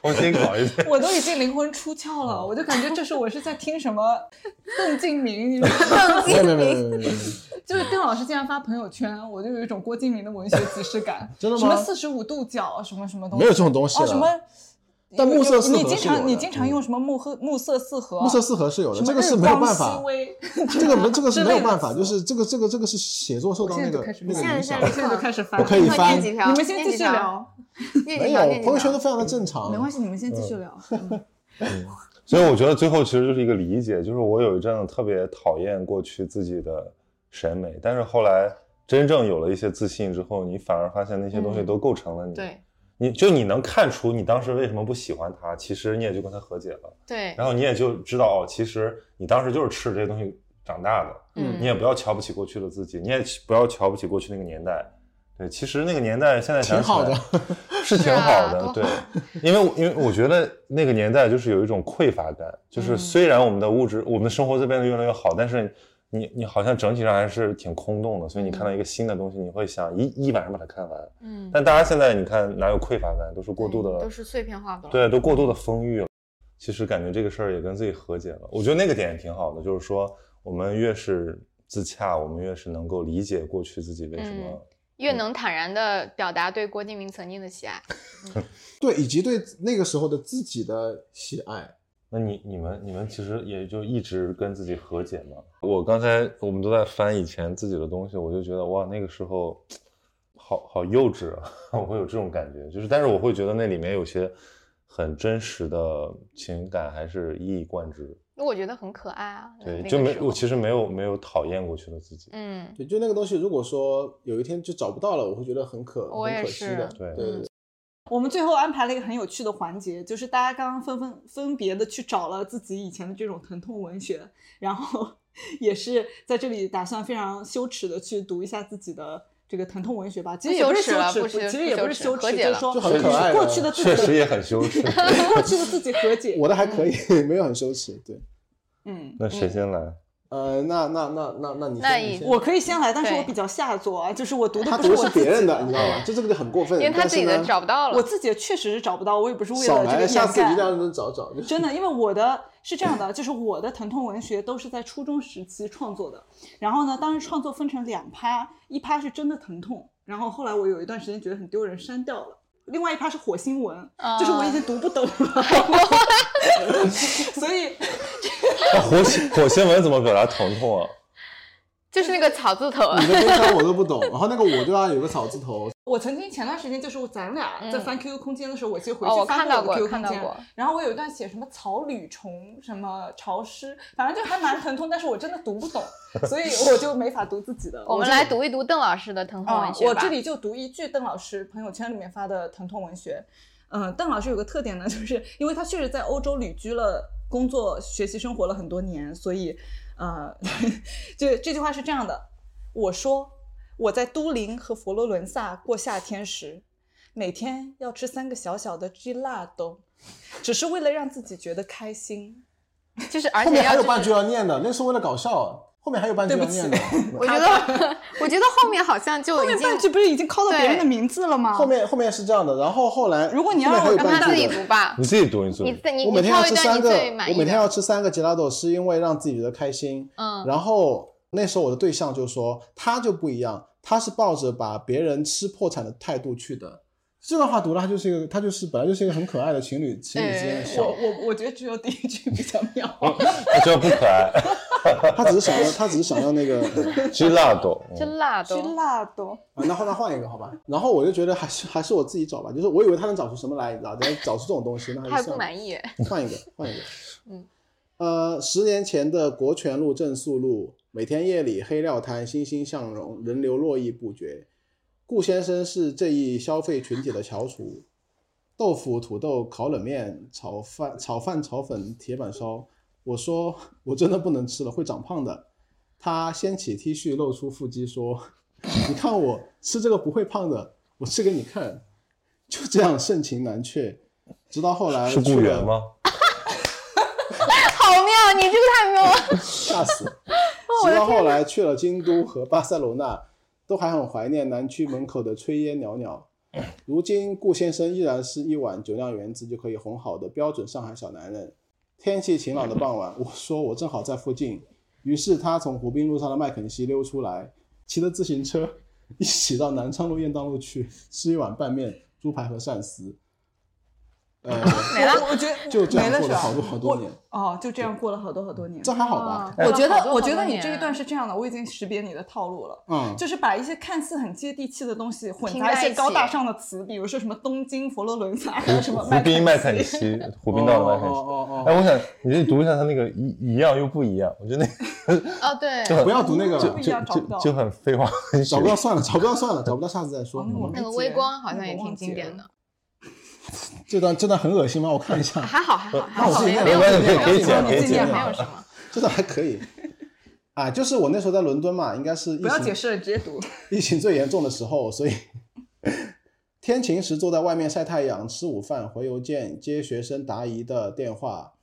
Speaker 1: 重新搞一遍。
Speaker 5: 我都已经灵魂出窍
Speaker 3: 哦
Speaker 5: 了，我就感觉这是我是在听什么邓敬明，邓
Speaker 3: 没有没有没有没有没有没有，。
Speaker 5: 就是邓老师经常发朋友圈，我就有一种郭敬明的文学即视感
Speaker 3: (laughs) 真的吗
Speaker 5: 什么四十五度角，什么什么东西，
Speaker 3: 没有这种东西
Speaker 5: 哦，
Speaker 3: 了
Speaker 5: 什么？
Speaker 3: 但
Speaker 5: 有
Speaker 3: 暮色
Speaker 5: 有
Speaker 3: 四合
Speaker 5: 你经
Speaker 3: 是有
Speaker 5: 常你
Speaker 3: 的嗯
Speaker 5: 经常用什么暮和暮色四合？啊
Speaker 3: 暮色四合是有的，
Speaker 5: 什
Speaker 3: 这
Speaker 5: 么
Speaker 3: 个
Speaker 5: 日
Speaker 3: 是没有
Speaker 5: 光
Speaker 3: 办
Speaker 5: 熹
Speaker 3: 法， (laughs)
Speaker 5: 微
Speaker 3: 这个
Speaker 5: (laughs)
Speaker 3: 没这个是
Speaker 5: 之
Speaker 3: 没有
Speaker 5: 类的
Speaker 3: 办法，
Speaker 5: 词
Speaker 3: 就是这个这个这个是写作受
Speaker 5: 我
Speaker 3: 到
Speaker 5: 现
Speaker 3: 那
Speaker 5: 在就
Speaker 3: 个
Speaker 5: 开始
Speaker 3: 那个
Speaker 5: 看
Speaker 3: 影
Speaker 2: 现在。
Speaker 3: 响
Speaker 5: 我现在就开始翻，
Speaker 3: 我可以
Speaker 2: 立刻
Speaker 3: 翻
Speaker 2: 念几条，
Speaker 5: 你们先
Speaker 2: 念
Speaker 5: 继
Speaker 2: 几
Speaker 5: 续
Speaker 2: 条
Speaker 5: 聊，
Speaker 2: 念几
Speaker 3: 没
Speaker 2: 条
Speaker 3: 有
Speaker 2: 念几
Speaker 3: 朋友
Speaker 2: 条
Speaker 3: 圈都非常的正常
Speaker 5: 没，关系，你们先继续聊。
Speaker 3: (laughs)
Speaker 5: 嗯
Speaker 1: 所以我觉得最后其实就是一个理解，就是我有一阵子特别讨厌过去自己的审美，但是后来真正有了一些自信之后，你反而发现那些东西
Speaker 2: 嗯
Speaker 1: 都构成了你。
Speaker 2: 对
Speaker 1: 你就你能看出你当时为什么不喜欢他，其实你也就跟他和解了，
Speaker 2: 对，
Speaker 1: 然后你也就知道哦，其实你当时就是吃这些东西长大的，
Speaker 2: 嗯
Speaker 1: 你也不要瞧不起过去的自己，你也不要瞧不起过去那个年代。对，其实那个年代现在想
Speaker 3: 挺
Speaker 1: 起来
Speaker 3: 好的，
Speaker 1: (laughs) 是挺
Speaker 2: 是啊
Speaker 1: 好的，
Speaker 2: 多
Speaker 1: 对，因为我因为我觉得那个年代就是有一种匮乏感，就是
Speaker 2: 嗯
Speaker 1: 虽然我们的物质、我们的生活在变得越来越好，但是你你好像整体上还是挺空洞的，所以你看到一个新的东西，你会想一一晚上把它看完。
Speaker 2: 嗯，
Speaker 1: 但大家现在你看哪有匮乏感，都是过度
Speaker 2: 嗯
Speaker 1: 的，
Speaker 2: 都是碎片化的了，
Speaker 1: 对，都过度的丰裕了。其实感觉这个事儿也跟自己和解了，我觉得那个点也挺好的，就是说我们越是自洽，我们越是能够理解过去自己为什么、
Speaker 2: 嗯越能坦然的表达对郭敬明曾经的喜爱。
Speaker 3: 对，以及对那个时候的自己的喜爱。
Speaker 1: 那你你们你们其实也就一直跟自己和解嘛。我刚才我们都在翻以前自己的东西，我就觉得哇，那个时候好好幼稚啊， (laughs) 我会有这种感觉。就是，但是我会觉得那里面有些很真实的情感，还是一以贯之。
Speaker 2: 那我觉得很可爱啊，
Speaker 1: 对，
Speaker 2: 那个
Speaker 1: 就没
Speaker 2: 时候
Speaker 1: 我其实没有没有讨厌过去的自己。
Speaker 2: 嗯，
Speaker 3: 对，就那个东西，如果说有一天就找不到了，我会觉得很可
Speaker 2: 我
Speaker 3: 很
Speaker 2: 也
Speaker 3: 可惜
Speaker 2: 是
Speaker 3: 的。
Speaker 1: 对
Speaker 3: 对对，
Speaker 5: 我们最后安排了一个很有趣的环节，就是大家刚刚纷纷分别的去找了自己以前的这种疼痛文学，然后 (laughs) 也是在这里打算非常羞耻的去读一下自己的这个疼痛文学吧。其实也
Speaker 2: 不
Speaker 5: 是
Speaker 2: 羞
Speaker 5: 羞
Speaker 2: 耻了
Speaker 5: 耻，
Speaker 2: 不
Speaker 5: 其
Speaker 2: 羞
Speaker 5: 实也
Speaker 2: 不
Speaker 5: 不是
Speaker 2: 羞
Speaker 5: 羞
Speaker 2: 耻和
Speaker 5: 耻，
Speaker 2: 解了
Speaker 5: 就是说
Speaker 3: 就很可爱了
Speaker 5: 与过
Speaker 3: (laughs)
Speaker 5: 去的自己
Speaker 1: 确实也很羞耻。
Speaker 5: 与 (laughs) 过去的自己和解。
Speaker 3: 我的还可以， (laughs) 没有很羞耻。对，
Speaker 5: 嗯，
Speaker 1: 那谁先来？
Speaker 3: 呃，那那那那那你
Speaker 2: 那
Speaker 3: 先
Speaker 2: 以
Speaker 3: 你先
Speaker 5: 我可以先来，但是
Speaker 2: 对
Speaker 5: 我比较下作啊，就是我读的
Speaker 3: 他
Speaker 5: 不是
Speaker 3: 读的
Speaker 5: 我
Speaker 3: 是
Speaker 5: 自己
Speaker 3: 别人的，你知道吗？就这个就很过分。
Speaker 2: 因为他自己的
Speaker 3: 但是呢
Speaker 2: 找不到
Speaker 5: 我
Speaker 2: 了，
Speaker 5: 自己确实是找不到，我也不是为
Speaker 3: 少
Speaker 5: 了这个
Speaker 3: 来，
Speaker 5: 掩
Speaker 3: 下次一
Speaker 5: 盖
Speaker 3: 定要认真找找。就是
Speaker 5: 真的，因为我的是这样
Speaker 2: (laughs)
Speaker 5: 的，就是我的疼痛文学都是在初中时期创作的。然后呢，当时创作分成两趴，一趴是真的疼痛，然后后来我有一段时间觉得很丢人，删掉了。另外一趴是火星文，
Speaker 2: 哦啊
Speaker 5: 就是我已经读不懂了，
Speaker 2: 哎
Speaker 5: (laughs) 所以
Speaker 1: (laughs) 那火星火星文怎么表达疼痛啊？
Speaker 2: (laughs) 就是那个草字头，啊
Speaker 5: 嗯
Speaker 3: 你的悲伤我都不懂，然后那个我就要有个草字头，
Speaker 5: 我曾经前段时间就是咱俩在
Speaker 2: 嗯
Speaker 5: 翻 QQ 空间的时候，我其实回
Speaker 2: 哦，
Speaker 5: 去
Speaker 2: 我
Speaker 5: 翻
Speaker 2: 看到
Speaker 5: 我的
Speaker 2: 过，
Speaker 5: QQ
Speaker 2: 看
Speaker 5: 空
Speaker 2: 到
Speaker 5: 间，
Speaker 2: 过，
Speaker 5: 然后我有一段写什么草履虫，什么潮湿，反正就还蛮疼痛，但是我真的读不
Speaker 2: (laughs)
Speaker 5: 懂，所以我就没法读自己的。
Speaker 2: 我们
Speaker 5: 就
Speaker 2: 来读一读邓老师的疼痛
Speaker 5: 啊
Speaker 2: 文学
Speaker 5: 我
Speaker 2: 吧。
Speaker 5: 这里就读一句邓老师朋友圈里面发的疼痛文学。嗯，邓老师有个特点呢，就是因为他确实在欧洲旅居了、工作、学习、生活了很多年，所以，呃， (laughs) 这这句话是这样的：我说我在都灵和佛罗伦萨过夏天时，每天要吃三个小小的 gelato，只是为了让自己觉得开心。
Speaker 2: 就是而
Speaker 3: 后
Speaker 2: 且
Speaker 3: 面还
Speaker 2: 要
Speaker 3: 有
Speaker 2: 就
Speaker 3: 半句
Speaker 2: 是。
Speaker 3: 要念的，那是为了搞笑啊。后面还有半句要念的
Speaker 5: 对，
Speaker 2: 我觉得， (laughs) 我觉得后面好像就
Speaker 5: 后
Speaker 2: 已
Speaker 5: 面
Speaker 2: 经
Speaker 5: 半句不是已经 call 到别人的
Speaker 2: 对
Speaker 5: 名字了吗？
Speaker 3: 后面后面是这样的。然后后来，
Speaker 5: 如果你要
Speaker 3: 后面还有
Speaker 2: 让他
Speaker 3: 半
Speaker 2: 自
Speaker 3: 句
Speaker 2: 己
Speaker 3: 的
Speaker 2: 读吧。
Speaker 1: 你自己读，你自
Speaker 2: 你
Speaker 1: 己读。
Speaker 2: 自你
Speaker 3: 我每
Speaker 2: 你
Speaker 3: 天要
Speaker 2: 挑一
Speaker 3: 吃
Speaker 2: 段
Speaker 3: 三
Speaker 2: 你
Speaker 3: 个
Speaker 2: 最满，
Speaker 3: 我
Speaker 2: 意
Speaker 3: 每天要
Speaker 2: 的。
Speaker 3: 吃三个吉拉豆，是因为让自己觉得开心。
Speaker 2: 嗯，
Speaker 3: 然后那时候我的对象就说，他就不一样，他是抱着把别人吃破产的态度去的。这段话读了，他就是一个，他就是本来就是一个很可爱的情侣情侣之间的
Speaker 5: 我
Speaker 3: 小，
Speaker 5: 我我觉得只有第一句比较
Speaker 2: (laughs)
Speaker 5: 妙。
Speaker 2: 哦
Speaker 1: 我啊觉得不可爱。
Speaker 3: (laughs) 他只是想要，他只是想要那
Speaker 2: (laughs)
Speaker 3: 个。
Speaker 1: gelato，嗯
Speaker 2: 真辣
Speaker 5: 去
Speaker 2: 都。
Speaker 5: 辣都。
Speaker 3: 啊，那换那换一个好吧。然后我就觉得还是还是我自己找吧，就是我以为他能找出什么来，你知道，能找出这种东西，那
Speaker 2: 他
Speaker 3: 还
Speaker 2: 还
Speaker 3: 是算
Speaker 2: 不
Speaker 3: 了
Speaker 2: 满意，
Speaker 3: 换一个，换一个。
Speaker 2: 嗯，
Speaker 3: 呃，十年前的国权路、正宿路，每天夜里黑料摊欣欣向荣，人流络绎不绝。顾先生是这一消费群体的翘楚，豆腐、土豆、烤冷面、炒饭、炒饭、炒粉、铁板烧。我说我真的不能吃了，会长胖的。他掀起 T 恤，露出腹肌，说：“你看我吃这个不会胖的，我吃给你看。”就这样盛情难却，直到后来
Speaker 1: 是
Speaker 3: 去
Speaker 1: 雇员
Speaker 3: 了
Speaker 1: 吗？
Speaker 2: (laughs) 好妙！你这个太妙了。
Speaker 3: 吓
Speaker 5: (laughs)
Speaker 3: 死！
Speaker 5: 哦
Speaker 3: 直到后来去了京都和巴塞罗那，都还很怀念南区门口的炊烟袅
Speaker 5: (laughs)
Speaker 3: 袅。如今顾先生依然是一碗酒酿圆子就可以哄好的标准上海小男人。天气晴朗的傍晚，我说我正好在附近，于是他从湖滨路上的麦肯锡溜出来，骑着自行车 (laughs) 一起到南昌路、燕荡路去吃一碗拌面、猪排和鳝丝。呃，
Speaker 2: 没了。
Speaker 5: 我觉得
Speaker 3: 就这
Speaker 5: 没
Speaker 3: 样
Speaker 5: 了
Speaker 3: 过
Speaker 5: 是
Speaker 3: 了
Speaker 5: 吧？
Speaker 3: 好多好多年，
Speaker 5: 哦，就这样过了好多好多年
Speaker 3: 这。还好吧？
Speaker 2: 过
Speaker 5: 我啊
Speaker 2: 了
Speaker 5: 觉
Speaker 2: 好多
Speaker 5: 得，
Speaker 2: 好
Speaker 5: 我觉
Speaker 2: 多
Speaker 5: 得你
Speaker 2: 年
Speaker 5: 这一段是这样的，我已经识别你的套路了。
Speaker 3: 嗯，
Speaker 5: 就是把一些看似很接地气的东西混
Speaker 2: 拼
Speaker 5: 杂一
Speaker 2: 在
Speaker 5: 些
Speaker 2: 一
Speaker 5: 高大
Speaker 2: 起
Speaker 5: 上的词，比如说什么东京、佛罗伦萨，还有什
Speaker 1: 湖
Speaker 5: 么
Speaker 1: 湖滨麦
Speaker 5: 麦肯
Speaker 1: 肯
Speaker 5: 锡
Speaker 1: 锡，湖滨道的麦肯
Speaker 3: 哦
Speaker 1: 锡。
Speaker 3: 哦
Speaker 1: 哎，
Speaker 3: 哦
Speaker 1: 我想你这读一下他那个一一样又不一样，我觉得
Speaker 2: 哦，对，
Speaker 1: 就
Speaker 3: 哦，
Speaker 1: 很
Speaker 3: 不要读那个
Speaker 5: 就
Speaker 3: 了
Speaker 5: (laughs) 不一
Speaker 1: 就
Speaker 5: 样找不
Speaker 1: 就
Speaker 5: 到
Speaker 1: 就很废话很
Speaker 3: 找不到算了，找不到算了，找不到下次再说。
Speaker 5: 哦那我
Speaker 3: 好吗
Speaker 2: 那个
Speaker 5: 没
Speaker 2: 微
Speaker 5: 接
Speaker 2: 光好像
Speaker 5: 那
Speaker 2: 也
Speaker 5: 我
Speaker 2: 挺
Speaker 5: 忘
Speaker 2: 经
Speaker 5: 记
Speaker 2: 典
Speaker 5: 了
Speaker 2: 的。
Speaker 3: 这段这段很恶心吗？我看一下，
Speaker 5: (laughs)
Speaker 2: 还好还好
Speaker 3: 嗯那
Speaker 2: 还
Speaker 3: 我
Speaker 2: 好，
Speaker 3: 自己
Speaker 2: 没有
Speaker 3: 念
Speaker 2: 没有
Speaker 1: 没关
Speaker 2: 什
Speaker 1: 系
Speaker 2: 么
Speaker 1: 可以可以剪
Speaker 2: 没
Speaker 1: 可
Speaker 2: 有
Speaker 1: 以
Speaker 2: 什么
Speaker 1: 剪
Speaker 2: 没有什么。
Speaker 3: 这段还可以。啊，就是我那时候在伦敦嘛，应该是疫
Speaker 5: 不要解
Speaker 3: 情
Speaker 5: 释了，直接读。
Speaker 3: 疫情最严重的时候，所以 (laughs) 天晴时坐在外面晒太阳、吃午饭、回邮件、接学生答疑的电话。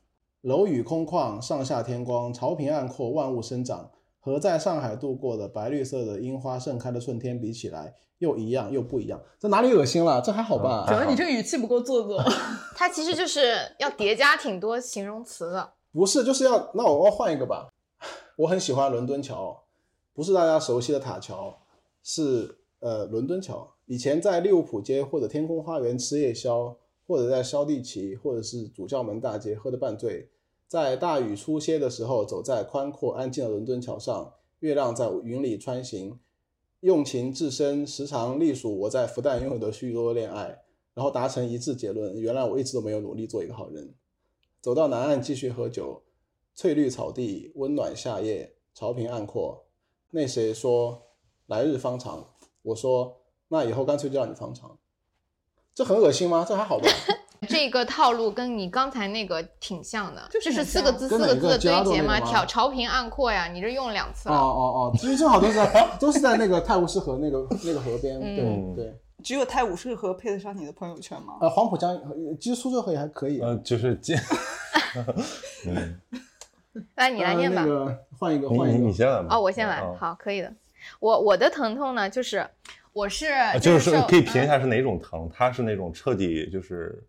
Speaker 3: 楼宇空旷，上下天光，潮平暗阔，万物生长。和在上海度过的白绿色的樱花盛开的春天比起来，又一样又不一样。这哪里恶心了？这还好吧？
Speaker 5: 主要你这个语气不够做作。
Speaker 2: 它其实就是要叠加挺多形容词的。
Speaker 3: 不是，就是要那我要换一个吧。 (sighs) 我很喜欢伦敦桥，不是大家熟悉的塔桥，是呃伦敦桥。以前在利物浦街或者天空花园吃夜宵，或者在肖地奇或者是主教门大街喝得半醉，在大雨初歇的时候，走在宽阔安静的伦敦桥上，月亮在云里穿行，用情至深，时常隶属我在复旦拥有的许多恋爱，然后达成一致结论：原来我一直都没有努力做一个好人。走到南岸继续喝酒，翠绿草地，温暖夏夜，潮平暗阔。那谁说来日方长？我说那以后干脆就让你方长。这很恶心吗？这还好吧？
Speaker 2: 这个套路跟你刚才那个挺像的，
Speaker 5: 就是
Speaker 2: 是
Speaker 5: 很
Speaker 2: 四个
Speaker 5: 像
Speaker 2: 字四
Speaker 3: 跟哪
Speaker 2: 个
Speaker 3: 一
Speaker 2: 字
Speaker 3: 个
Speaker 2: 的
Speaker 3: 加
Speaker 2: 对
Speaker 3: 多
Speaker 2: 节
Speaker 3: 那
Speaker 2: 嘛，
Speaker 3: 个吗
Speaker 2: 挑潮平暗阔呀，你这用了两次
Speaker 3: 哦
Speaker 2: 了。
Speaker 3: 哦哦，其实正好都是在都是在那个泰晤士河那个那个河边，
Speaker 1: 嗯
Speaker 3: 对对。
Speaker 5: 只有泰晤士河配得上你的朋友圈吗？
Speaker 3: 呃，黄浦江呃其实苏州河也还可以。
Speaker 1: 呃，就是
Speaker 3: (laughs)
Speaker 1: 接，嗯，
Speaker 2: 来，你来念吧
Speaker 3: 呃那。个换一个
Speaker 1: 你
Speaker 3: 换
Speaker 1: 你
Speaker 3: 一
Speaker 1: 你
Speaker 3: 个。
Speaker 1: 先来吧。
Speaker 2: 哦，我先来
Speaker 1: 嗯，
Speaker 2: 好，可以的。我我的疼痛呢，就是我是
Speaker 1: 啊就是
Speaker 2: 受
Speaker 1: 说可以评一
Speaker 2: 嗯
Speaker 1: 下是哪种疼，他是那种彻底就是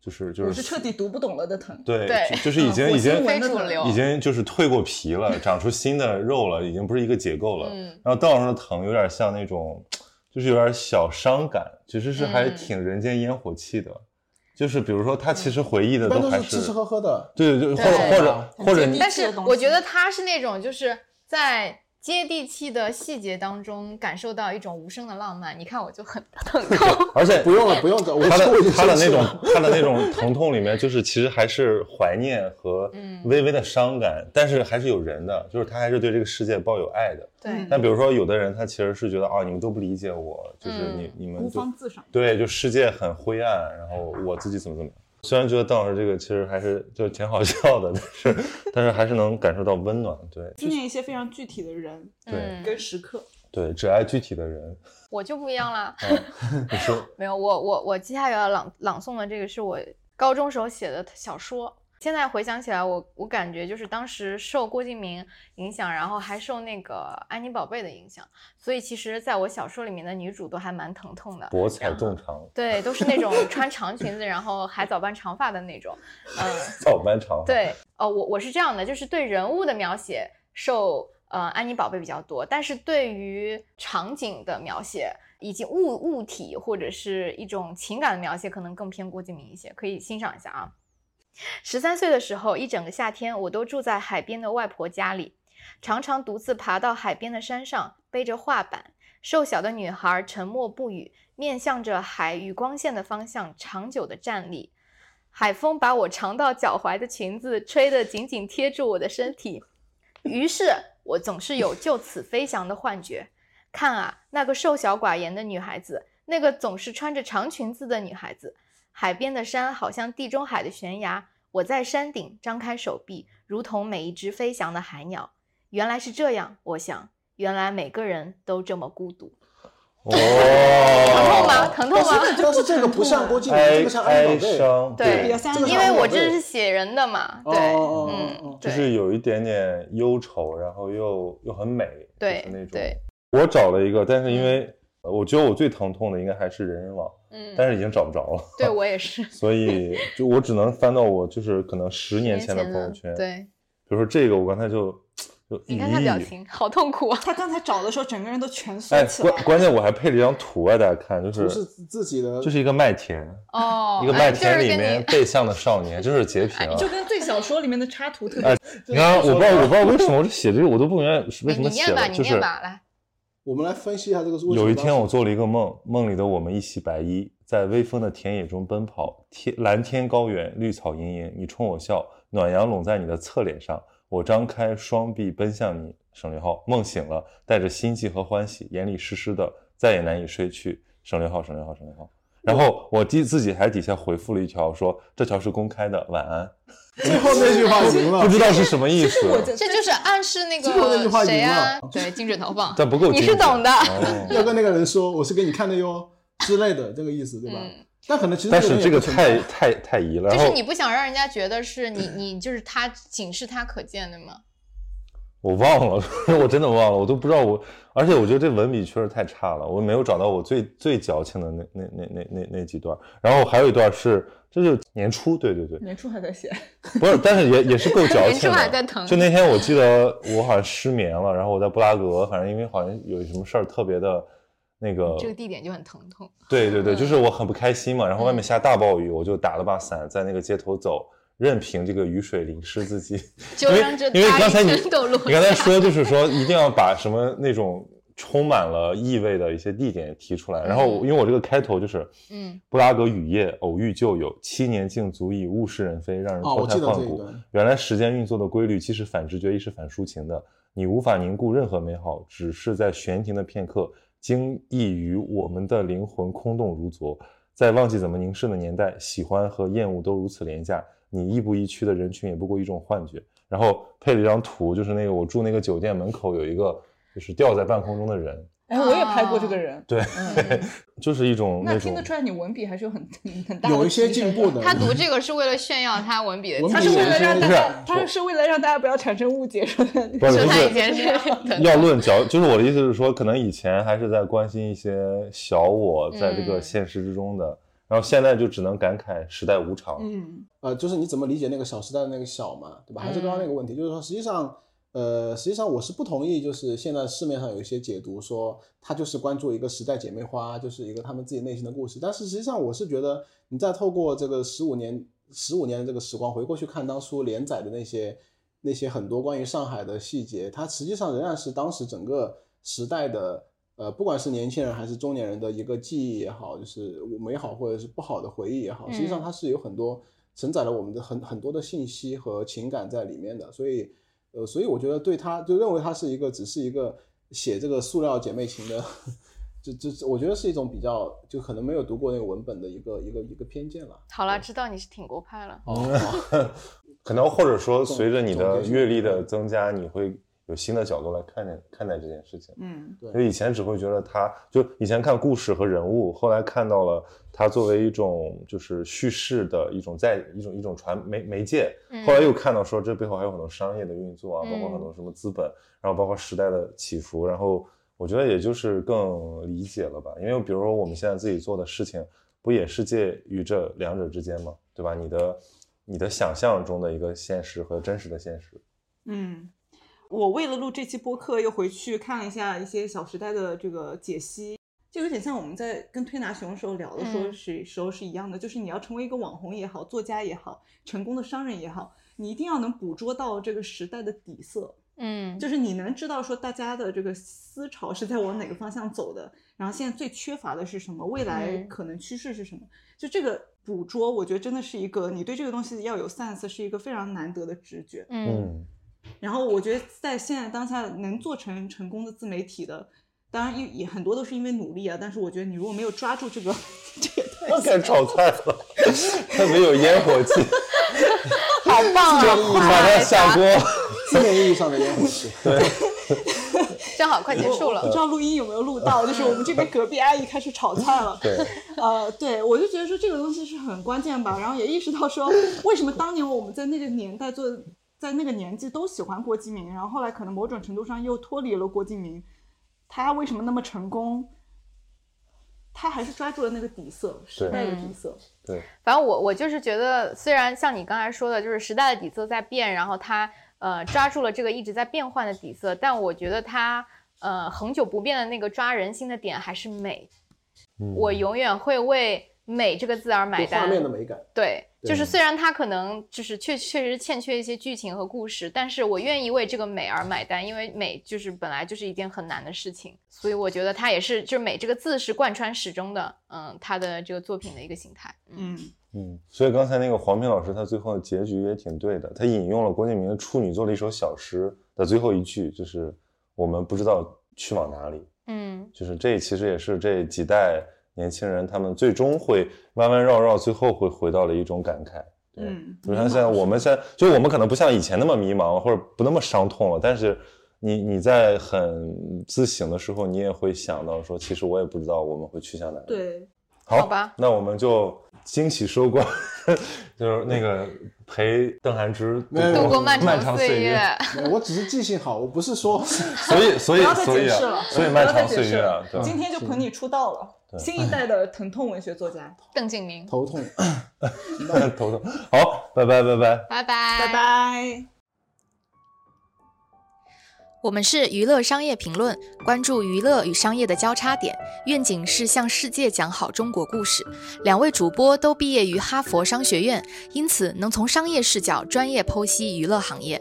Speaker 1: 就是就
Speaker 5: 我
Speaker 1: 是
Speaker 5: 是彻底读不懂了的疼。
Speaker 1: 对
Speaker 2: 对
Speaker 1: 就就是已经已经
Speaker 5: (laughs) 我
Speaker 2: 非主流
Speaker 1: 已，经就是蜕过皮
Speaker 2: (laughs)
Speaker 1: 了，长出新的肉了，已经不是一个结构了。
Speaker 2: 嗯
Speaker 1: 然后道上的疼有点像那种，就是有点小伤感，其实是还
Speaker 2: 嗯
Speaker 1: 挺人间烟火气的。就是比如说他其实回忆的
Speaker 3: 一般
Speaker 1: 都
Speaker 3: 都
Speaker 1: 还
Speaker 3: 是吃吃喝喝的，
Speaker 1: 对对，或者
Speaker 2: 对
Speaker 1: 或者
Speaker 5: 很
Speaker 1: 或者
Speaker 5: 接
Speaker 1: 你
Speaker 5: 地
Speaker 2: 但
Speaker 5: 气的
Speaker 2: 是
Speaker 5: 东
Speaker 2: 我觉
Speaker 5: 西
Speaker 2: 得他是那种就是在接地气的细节当中感受到一种无声的浪漫。你看我就
Speaker 5: (laughs)
Speaker 2: 很疼痛，
Speaker 1: 而且
Speaker 3: 不用了不用了，我
Speaker 1: 他
Speaker 3: 我已
Speaker 1: 的
Speaker 3: 经
Speaker 1: 他的那
Speaker 3: 生气
Speaker 1: 种
Speaker 3: 了
Speaker 1: 他的那种疼痛里面，就是其实还是怀念和
Speaker 2: (laughs) 嗯
Speaker 1: 微微的伤感，但是还是有人的，就是他还是对这个世界抱有爱的。
Speaker 2: 对
Speaker 5: 嗯
Speaker 1: 但比如说有的人，他其实是觉得啊，你们都不理解我，就是
Speaker 2: 嗯
Speaker 1: 你你们
Speaker 5: 孤
Speaker 1: 就
Speaker 5: 芳自赏。
Speaker 1: 对，就世界很灰暗，然后我自己怎么怎么样。虽然觉得邓老师这个其实还是就挺好笑的， (laughs) 但是但是还是能感受到温暖。对
Speaker 5: 纪念一些非常具体的人
Speaker 1: 对
Speaker 2: 嗯
Speaker 5: 跟时刻。
Speaker 1: 对，只爱具体的人。
Speaker 2: 我就不一样啦。
Speaker 5: 嗯
Speaker 1: 你说
Speaker 2: 没有，我我我接下来要朗朗诵的这个是我高中时候写的小说。现在回想起来，我我感觉就是当时受郭敬明影响，然后还受那个安妮宝贝的影响，所以其实在我小说里面的女主都还蛮疼痛的，
Speaker 1: 博采众长，
Speaker 2: 对，都是那种穿长裙子，然后还早班长发的那种，嗯，
Speaker 1: (laughs) 早班长。，
Speaker 2: 对，哦，我我是这样的，就是对人物的描写受呃安妮宝贝比较多，但是对于场景的描写以及物物体或者是一种情感的描写，可能更偏郭敬明一些，可以欣赏一下啊。十三岁的时候，一整个夏天我都住在海边的外婆家里，常常独自爬到海边的山上，背着画板。瘦小的女孩沉默不语，面向着海与光线的方向，长久的站立。海风把我长到脚踝的裙子吹得紧紧贴住我的身体，于是我总是有就此飞翔的幻觉。看啊，那个瘦小寡言的女孩子，那个总是穿着长裙子的女孩子。海边的山好像地中海的悬崖，我在山顶张开手臂，如同每一只飞翔的海鸟。原来是这样，我想，原来每个人都这么孤独。
Speaker 1: 哇、
Speaker 2: 疼痛吗？疼痛吗？
Speaker 3: 但是这个不像郭敬明，这
Speaker 1: 哀
Speaker 3: 个像安妮
Speaker 1: 哀
Speaker 3: 宝贝。
Speaker 1: 伤，
Speaker 2: 对
Speaker 5: 比较像
Speaker 3: 这个
Speaker 2: 因
Speaker 3: 像
Speaker 2: 为
Speaker 3: 安妮
Speaker 2: 我
Speaker 3: 宝
Speaker 2: 这
Speaker 3: 贝
Speaker 2: 是写人的嘛，
Speaker 3: 哦
Speaker 2: 对，
Speaker 3: 哦哦哦
Speaker 2: 嗯
Speaker 3: 哦，
Speaker 1: 就
Speaker 2: 对。
Speaker 1: 是有一点点忧愁，然后又又很美，
Speaker 2: 对
Speaker 1: 就是那种
Speaker 2: 对。
Speaker 1: 我找了一个，但是因为呃我觉得我最疼痛的应该还是人人网，
Speaker 2: 嗯，
Speaker 1: 但是已经找不着了，
Speaker 2: 对我也是
Speaker 1: 所以就我只能翻到我就是可能十
Speaker 2: 十
Speaker 1: 年前的朋友
Speaker 2: 了
Speaker 1: 圈。，
Speaker 2: 对，
Speaker 1: 比如说这个，我刚才就就就
Speaker 2: 你看他表
Speaker 1: 咦
Speaker 2: 情，好痛苦啊！
Speaker 5: 他刚才找的时候，整个人都蜷缩
Speaker 1: 哎，
Speaker 5: 起来。
Speaker 1: 关关键我还配了一张图啊，大家看，就
Speaker 3: 不是
Speaker 1: 是
Speaker 3: 自己的，
Speaker 1: 就是一个麦田，
Speaker 2: 哦，
Speaker 1: 嗯一个
Speaker 2: 哎
Speaker 1: 麦
Speaker 2: 就是
Speaker 1: 田里
Speaker 2: 跟
Speaker 1: 面
Speaker 2: 你哎
Speaker 1: 背向的少年，就是截屏啊。
Speaker 5: 就跟最小说里面的插图特别
Speaker 1: 哎你看，我不知道，我不知道为什么我这写这个，我都不明白是为什
Speaker 2: 你哎你
Speaker 1: 么
Speaker 2: 念
Speaker 1: 写
Speaker 2: 吧，
Speaker 1: 的。
Speaker 2: 你
Speaker 1: 就是
Speaker 2: 念吧，来，
Speaker 3: 我们来分析一下这个是为什么
Speaker 1: 有一天
Speaker 3: 当时
Speaker 1: 我做了一个梦，梦里的我们一袭白衣，在微风的田野中奔跑，天蓝天高原，绿草茵茵，你冲我笑，暖阳拢在你的侧脸上，我张开双臂奔向你。省略号，梦醒了，带着心悸和欢喜，眼里湿湿的，再也难以睡去。省略号，省略号，省略号。然后我记自己还底下回复了一条说这条是公开的，晚安。
Speaker 3: 最后那句话
Speaker 1: (laughs)
Speaker 3: 赢
Speaker 1: 不
Speaker 3: 了，
Speaker 1: 知道是什么意
Speaker 5: 其
Speaker 1: 思。啊
Speaker 5: 实我觉得
Speaker 2: 这就是暗示那
Speaker 3: 最后那句话
Speaker 2: 个
Speaker 3: 赢
Speaker 2: 谁啊
Speaker 3: 了，
Speaker 2: 对，精准投
Speaker 1: (laughs)
Speaker 2: 放，
Speaker 1: 但不够
Speaker 2: 你
Speaker 1: 精
Speaker 2: 是
Speaker 1: 准
Speaker 2: 懂的
Speaker 1: 哦 (laughs)
Speaker 3: 要跟那个人说我是给你看的哟之类的这个意思，对吧？
Speaker 2: 嗯，
Speaker 3: 但可能其实
Speaker 1: 但是这
Speaker 3: 这
Speaker 1: 个太
Speaker 3: 人也不存在
Speaker 1: 太太疑了，
Speaker 2: 就
Speaker 1: 然
Speaker 2: 是
Speaker 1: 后
Speaker 2: 你不想让人家觉得是你你就是他仅是他可见的吗？
Speaker 1: 我忘了， (laughs) 我真的忘了，我都不知道我，而且我觉得这文笔确实太差了，我没有找到我最最矫情的那那那那那那几段，然后还有一段是，这是年初，对
Speaker 2: (laughs)
Speaker 1: 对对，
Speaker 5: 年初还在写，
Speaker 1: 不是，但是也也是够矫
Speaker 2: 人
Speaker 1: 情
Speaker 2: 出还在
Speaker 1: 的。
Speaker 2: 疼，
Speaker 1: 就那天我记得我好像失眠了，然后我在布拉格，反正因为好像有什么事儿特别的，那个
Speaker 2: 这个地点就嗯很疼痛，
Speaker 1: 对对对，就是我很不开心嘛，然后
Speaker 2: 嗯
Speaker 1: 外面下大暴雨，我就打了把伞，在那个街头走，任凭这个雨水淋湿自己。
Speaker 2: 就
Speaker 1: 因为
Speaker 2: 让这
Speaker 1: 因为
Speaker 2: 大
Speaker 1: 刚才
Speaker 2: 雨
Speaker 1: 你
Speaker 2: 全都落
Speaker 1: 你刚才
Speaker 2: 下
Speaker 1: 说就是说一定要把什么那种充满了意味的一些地点提出来，然后因为我这个开头就是，
Speaker 2: 嗯，
Speaker 1: 布拉格雨夜偶遇旧友，七年竟足以物是人非，让人
Speaker 3: 哦
Speaker 1: 脱
Speaker 3: 我
Speaker 1: 胎
Speaker 3: 记得
Speaker 1: 换
Speaker 3: 这一
Speaker 1: 骨。
Speaker 3: 段
Speaker 1: 原来时间运作的规律既是反直觉，亦是反抒情的。你无法凝固任何美好，只是在悬停的片刻，惊异于我们的灵魂空洞如昨。在忘记怎么凝视的年代，喜欢和厌恶都如此廉价。你亦步亦趋的人群也不过一种幻觉。然后配了一张图，就是那个我住那个酒店门口有一个就是吊在半空中的人，
Speaker 5: 哎，我也拍过这个人。嗯
Speaker 1: 对， (laughs) 就是一种
Speaker 5: 那
Speaker 1: 种
Speaker 5: 听得出来你文笔还是有很很很大的
Speaker 3: 有一些
Speaker 5: 提
Speaker 3: 进
Speaker 5: 升
Speaker 3: 步
Speaker 5: 的。
Speaker 3: 的。
Speaker 2: 他读这个是为了炫耀他文笔的
Speaker 3: 文
Speaker 2: 提
Speaker 5: 他
Speaker 3: 笔
Speaker 5: 是
Speaker 2: 升，
Speaker 5: 为了让大
Speaker 1: 不是
Speaker 5: 家，他是为了让大家不要产生误解，说的
Speaker 1: 不是
Speaker 2: 说他
Speaker 1: 就是
Speaker 2: 以前是 (laughs) 疼
Speaker 1: 要论矫，就是我的意思是说，可能以前还是在关心一些小我在这个
Speaker 2: 嗯
Speaker 1: 现实之中的，然后现在就只能感慨时代无常。
Speaker 5: 嗯，
Speaker 3: 呃，就是你怎么理解那个“小时代”的那个“小”嘛，对吧？还是刚刚那个问题，就是说，实际上，呃，实际上我是不同意，就是现在市面上有一些解读说，它就是关注一个时代姐妹花，就是一个她们自己内心的故事。但是实际上，我是觉得，你再透过这个十五年、十五年的这个时光回过去看当初连载的那些那些很多关于上海的细节，它实际上仍然是当时整个时代的。呃，不管是年轻人还是中年人的一个记忆也好，就是美好或者是不好的回忆也好，实际上它是有很多承载了我们的很很多的信息和情感在里面的，所以，呃，所以我觉得对他就认为他是一个只是一个写这个塑料姐妹情的，就就我觉得是一种比较就可能没有读过那个文本的一个一个一个偏见了。
Speaker 2: 好了，知道你是挺国派了。
Speaker 3: 哦，
Speaker 1: 可能或者说，随着你的
Speaker 3: 总结嗯
Speaker 1: 阅历的增加，你会有新的角度来看待看待这件事情。
Speaker 5: 嗯，
Speaker 1: 因为以前只会觉得他就以前看故事和人物，后来看到了他作为一种就是叙事的一种在一种一种传媒媒介，
Speaker 2: 嗯
Speaker 1: 后来又看到说这背后还有很多商业的运作啊，包括
Speaker 2: 嗯
Speaker 1: 很多什么资本，然后包括时代的起伏，然后我觉得也就是更理解了吧。因为比如说我们现在自己做的事情，不也是介于这两者之间吗？对吧？你的你的想象中的一个现实和真实的现实，
Speaker 5: 嗯，我为了录这期播客，又回去看了一下一些《小时代》的这个解析，就有点像我们在跟推拿熊的时候聊的时候
Speaker 2: 嗯
Speaker 5: 是、时候是一样的，就是你要成为一个网红也好，作家也好，成功的商人也好，你一定要能捕捉到这个时代的底色，
Speaker 2: 嗯，
Speaker 5: 就是你能知道说大家的这个思潮是在往哪个方向走的，然后现在最缺乏的是什么，未来
Speaker 2: 嗯
Speaker 5: 可能趋势是什么，就这个捕捉，我觉得真的是一个你对这个东西要有 sense 是一个非常难得的直觉。
Speaker 2: 嗯，
Speaker 1: (laughs)
Speaker 5: 然后我觉得在现在当下能做成成功的自媒体的，当然也也很多都是因为努力啊。但是我觉得你如果没有抓住这个
Speaker 1: (laughs)
Speaker 5: 这个
Speaker 1: 他开始炒菜了， (laughs) 他没有烟火气，
Speaker 2: 好棒
Speaker 1: (laughs)
Speaker 2: 啊！
Speaker 1: 马上下锅。
Speaker 3: (laughs) 字面意义上的烟火气，
Speaker 2: 正好快结
Speaker 5: 我
Speaker 2: 束
Speaker 5: 我不
Speaker 2: 了
Speaker 5: 知。道录音有没有录到，就是我们这边隔壁阿姨开始炒菜了。
Speaker 1: (laughs) 对，
Speaker 5: 呃，对我就觉得说这个东西是很关键吧，然后也意识
Speaker 1: (laughs)
Speaker 5: 到说为什么当年我们在那个年代做，在那个年纪都喜欢郭敬明，然后后来可能某种程度上又脱离了郭敬明，他为什么那么成功？他还是抓住了那个底色，时代的底色。
Speaker 1: 对，
Speaker 6: 反正我我就是觉得，虽然像你刚才说的，就是时代的底色在变，然后它呃抓住了这个一直在变换的底色，但我觉得它呃恒久不变的那个抓人心的点还是美。
Speaker 1: 嗯
Speaker 6: 我永远会为“美”这个字而买
Speaker 3: 有画
Speaker 6: 单。
Speaker 3: 面的美感，
Speaker 6: 对，就
Speaker 3: 对
Speaker 6: 是虽然它可能就是确确实欠缺一些剧情和故事，但是我愿意为这个美而买单，因为美就是本来就是一件很难的事情，所以我觉得它也是就是美这个字是贯穿始终的，嗯，它的这个作品的一个形态，嗯，
Speaker 5: 嗯，
Speaker 1: 嗯，所以刚才那个黄平老师，他最后的结局也挺对的，他引用了郭敬明的处女作的一首小诗的最后一句，就是我们不知道去往哪里。
Speaker 6: 嗯
Speaker 1: 就是这其实也是这几代年轻人他们最终会弯弯绕绕，最后会回到了一种感慨。对
Speaker 5: 嗯
Speaker 1: 你看现在我们现在，就我们可能不像以前那么迷茫，或者不那么伤痛了，但是你你在很自省的时候，你也会想到说，其实我也不知道我们会去向哪里。，
Speaker 5: 对，
Speaker 1: 好
Speaker 6: 好吧
Speaker 1: 那我们就惊喜收官， (laughs) 就是那个陪邓涵之度
Speaker 3: 没有
Speaker 6: 嗯度
Speaker 1: 过
Speaker 6: 过漫
Speaker 1: 长
Speaker 6: 长
Speaker 1: 岁
Speaker 6: 月，
Speaker 3: 没有我只是记性好，我不是说
Speaker 6: (laughs)
Speaker 1: 所以所
Speaker 5: 不
Speaker 1: 以
Speaker 5: 要再
Speaker 1: 所以
Speaker 5: 解释
Speaker 1: 啊
Speaker 5: 了，，
Speaker 1: 所以
Speaker 5: 不
Speaker 1: 漫
Speaker 5: 要再
Speaker 1: 长
Speaker 5: 解
Speaker 1: 岁
Speaker 5: 释
Speaker 1: 月啊
Speaker 5: 了，。
Speaker 1: 对吧
Speaker 5: 今天就捧你出道了，新一代的疼痛文学作家，
Speaker 6: 邓敬明，
Speaker 3: 头痛。
Speaker 1: (laughs) 头疼。好，拜拜拜拜。
Speaker 6: 拜拜
Speaker 5: 拜拜。
Speaker 2: 我们是娱乐商业评论，关注娱乐与商业的交叉点，愿景是向世界讲好中国故事。两位主播都毕业于哈佛商学院，因此能从商业视角专业剖析娱乐行业。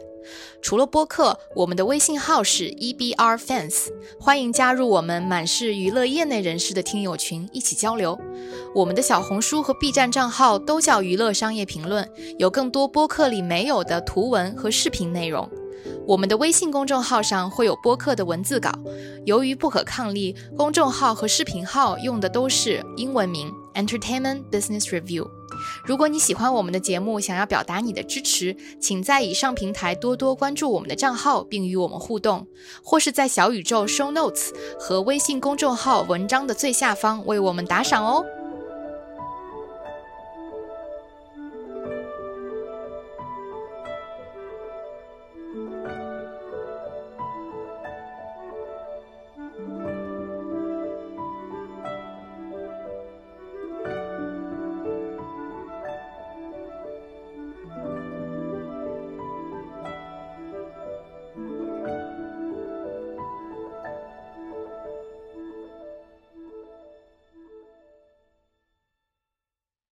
Speaker 2: 除了播客，我们的微信号是 EBR Fans，欢迎加入我们满是娱乐业内人士的听友群，一起交流。我们的小红书和 B 站账号都叫娱乐商业评论，有更多播客里没有的图文和视频内容。我们的微信公众号上会有播客的文字稿。由于不可抗力，公众号和视频号用的都是英文名 Entertainment Business Review。如果你喜欢我们的节目，想要表达你的支持，请在以上平台多多关注我们的账号，并与我们互动，或是在小宇宙 Show Notes 和微信公众号文章的最下方为我们打赏哦。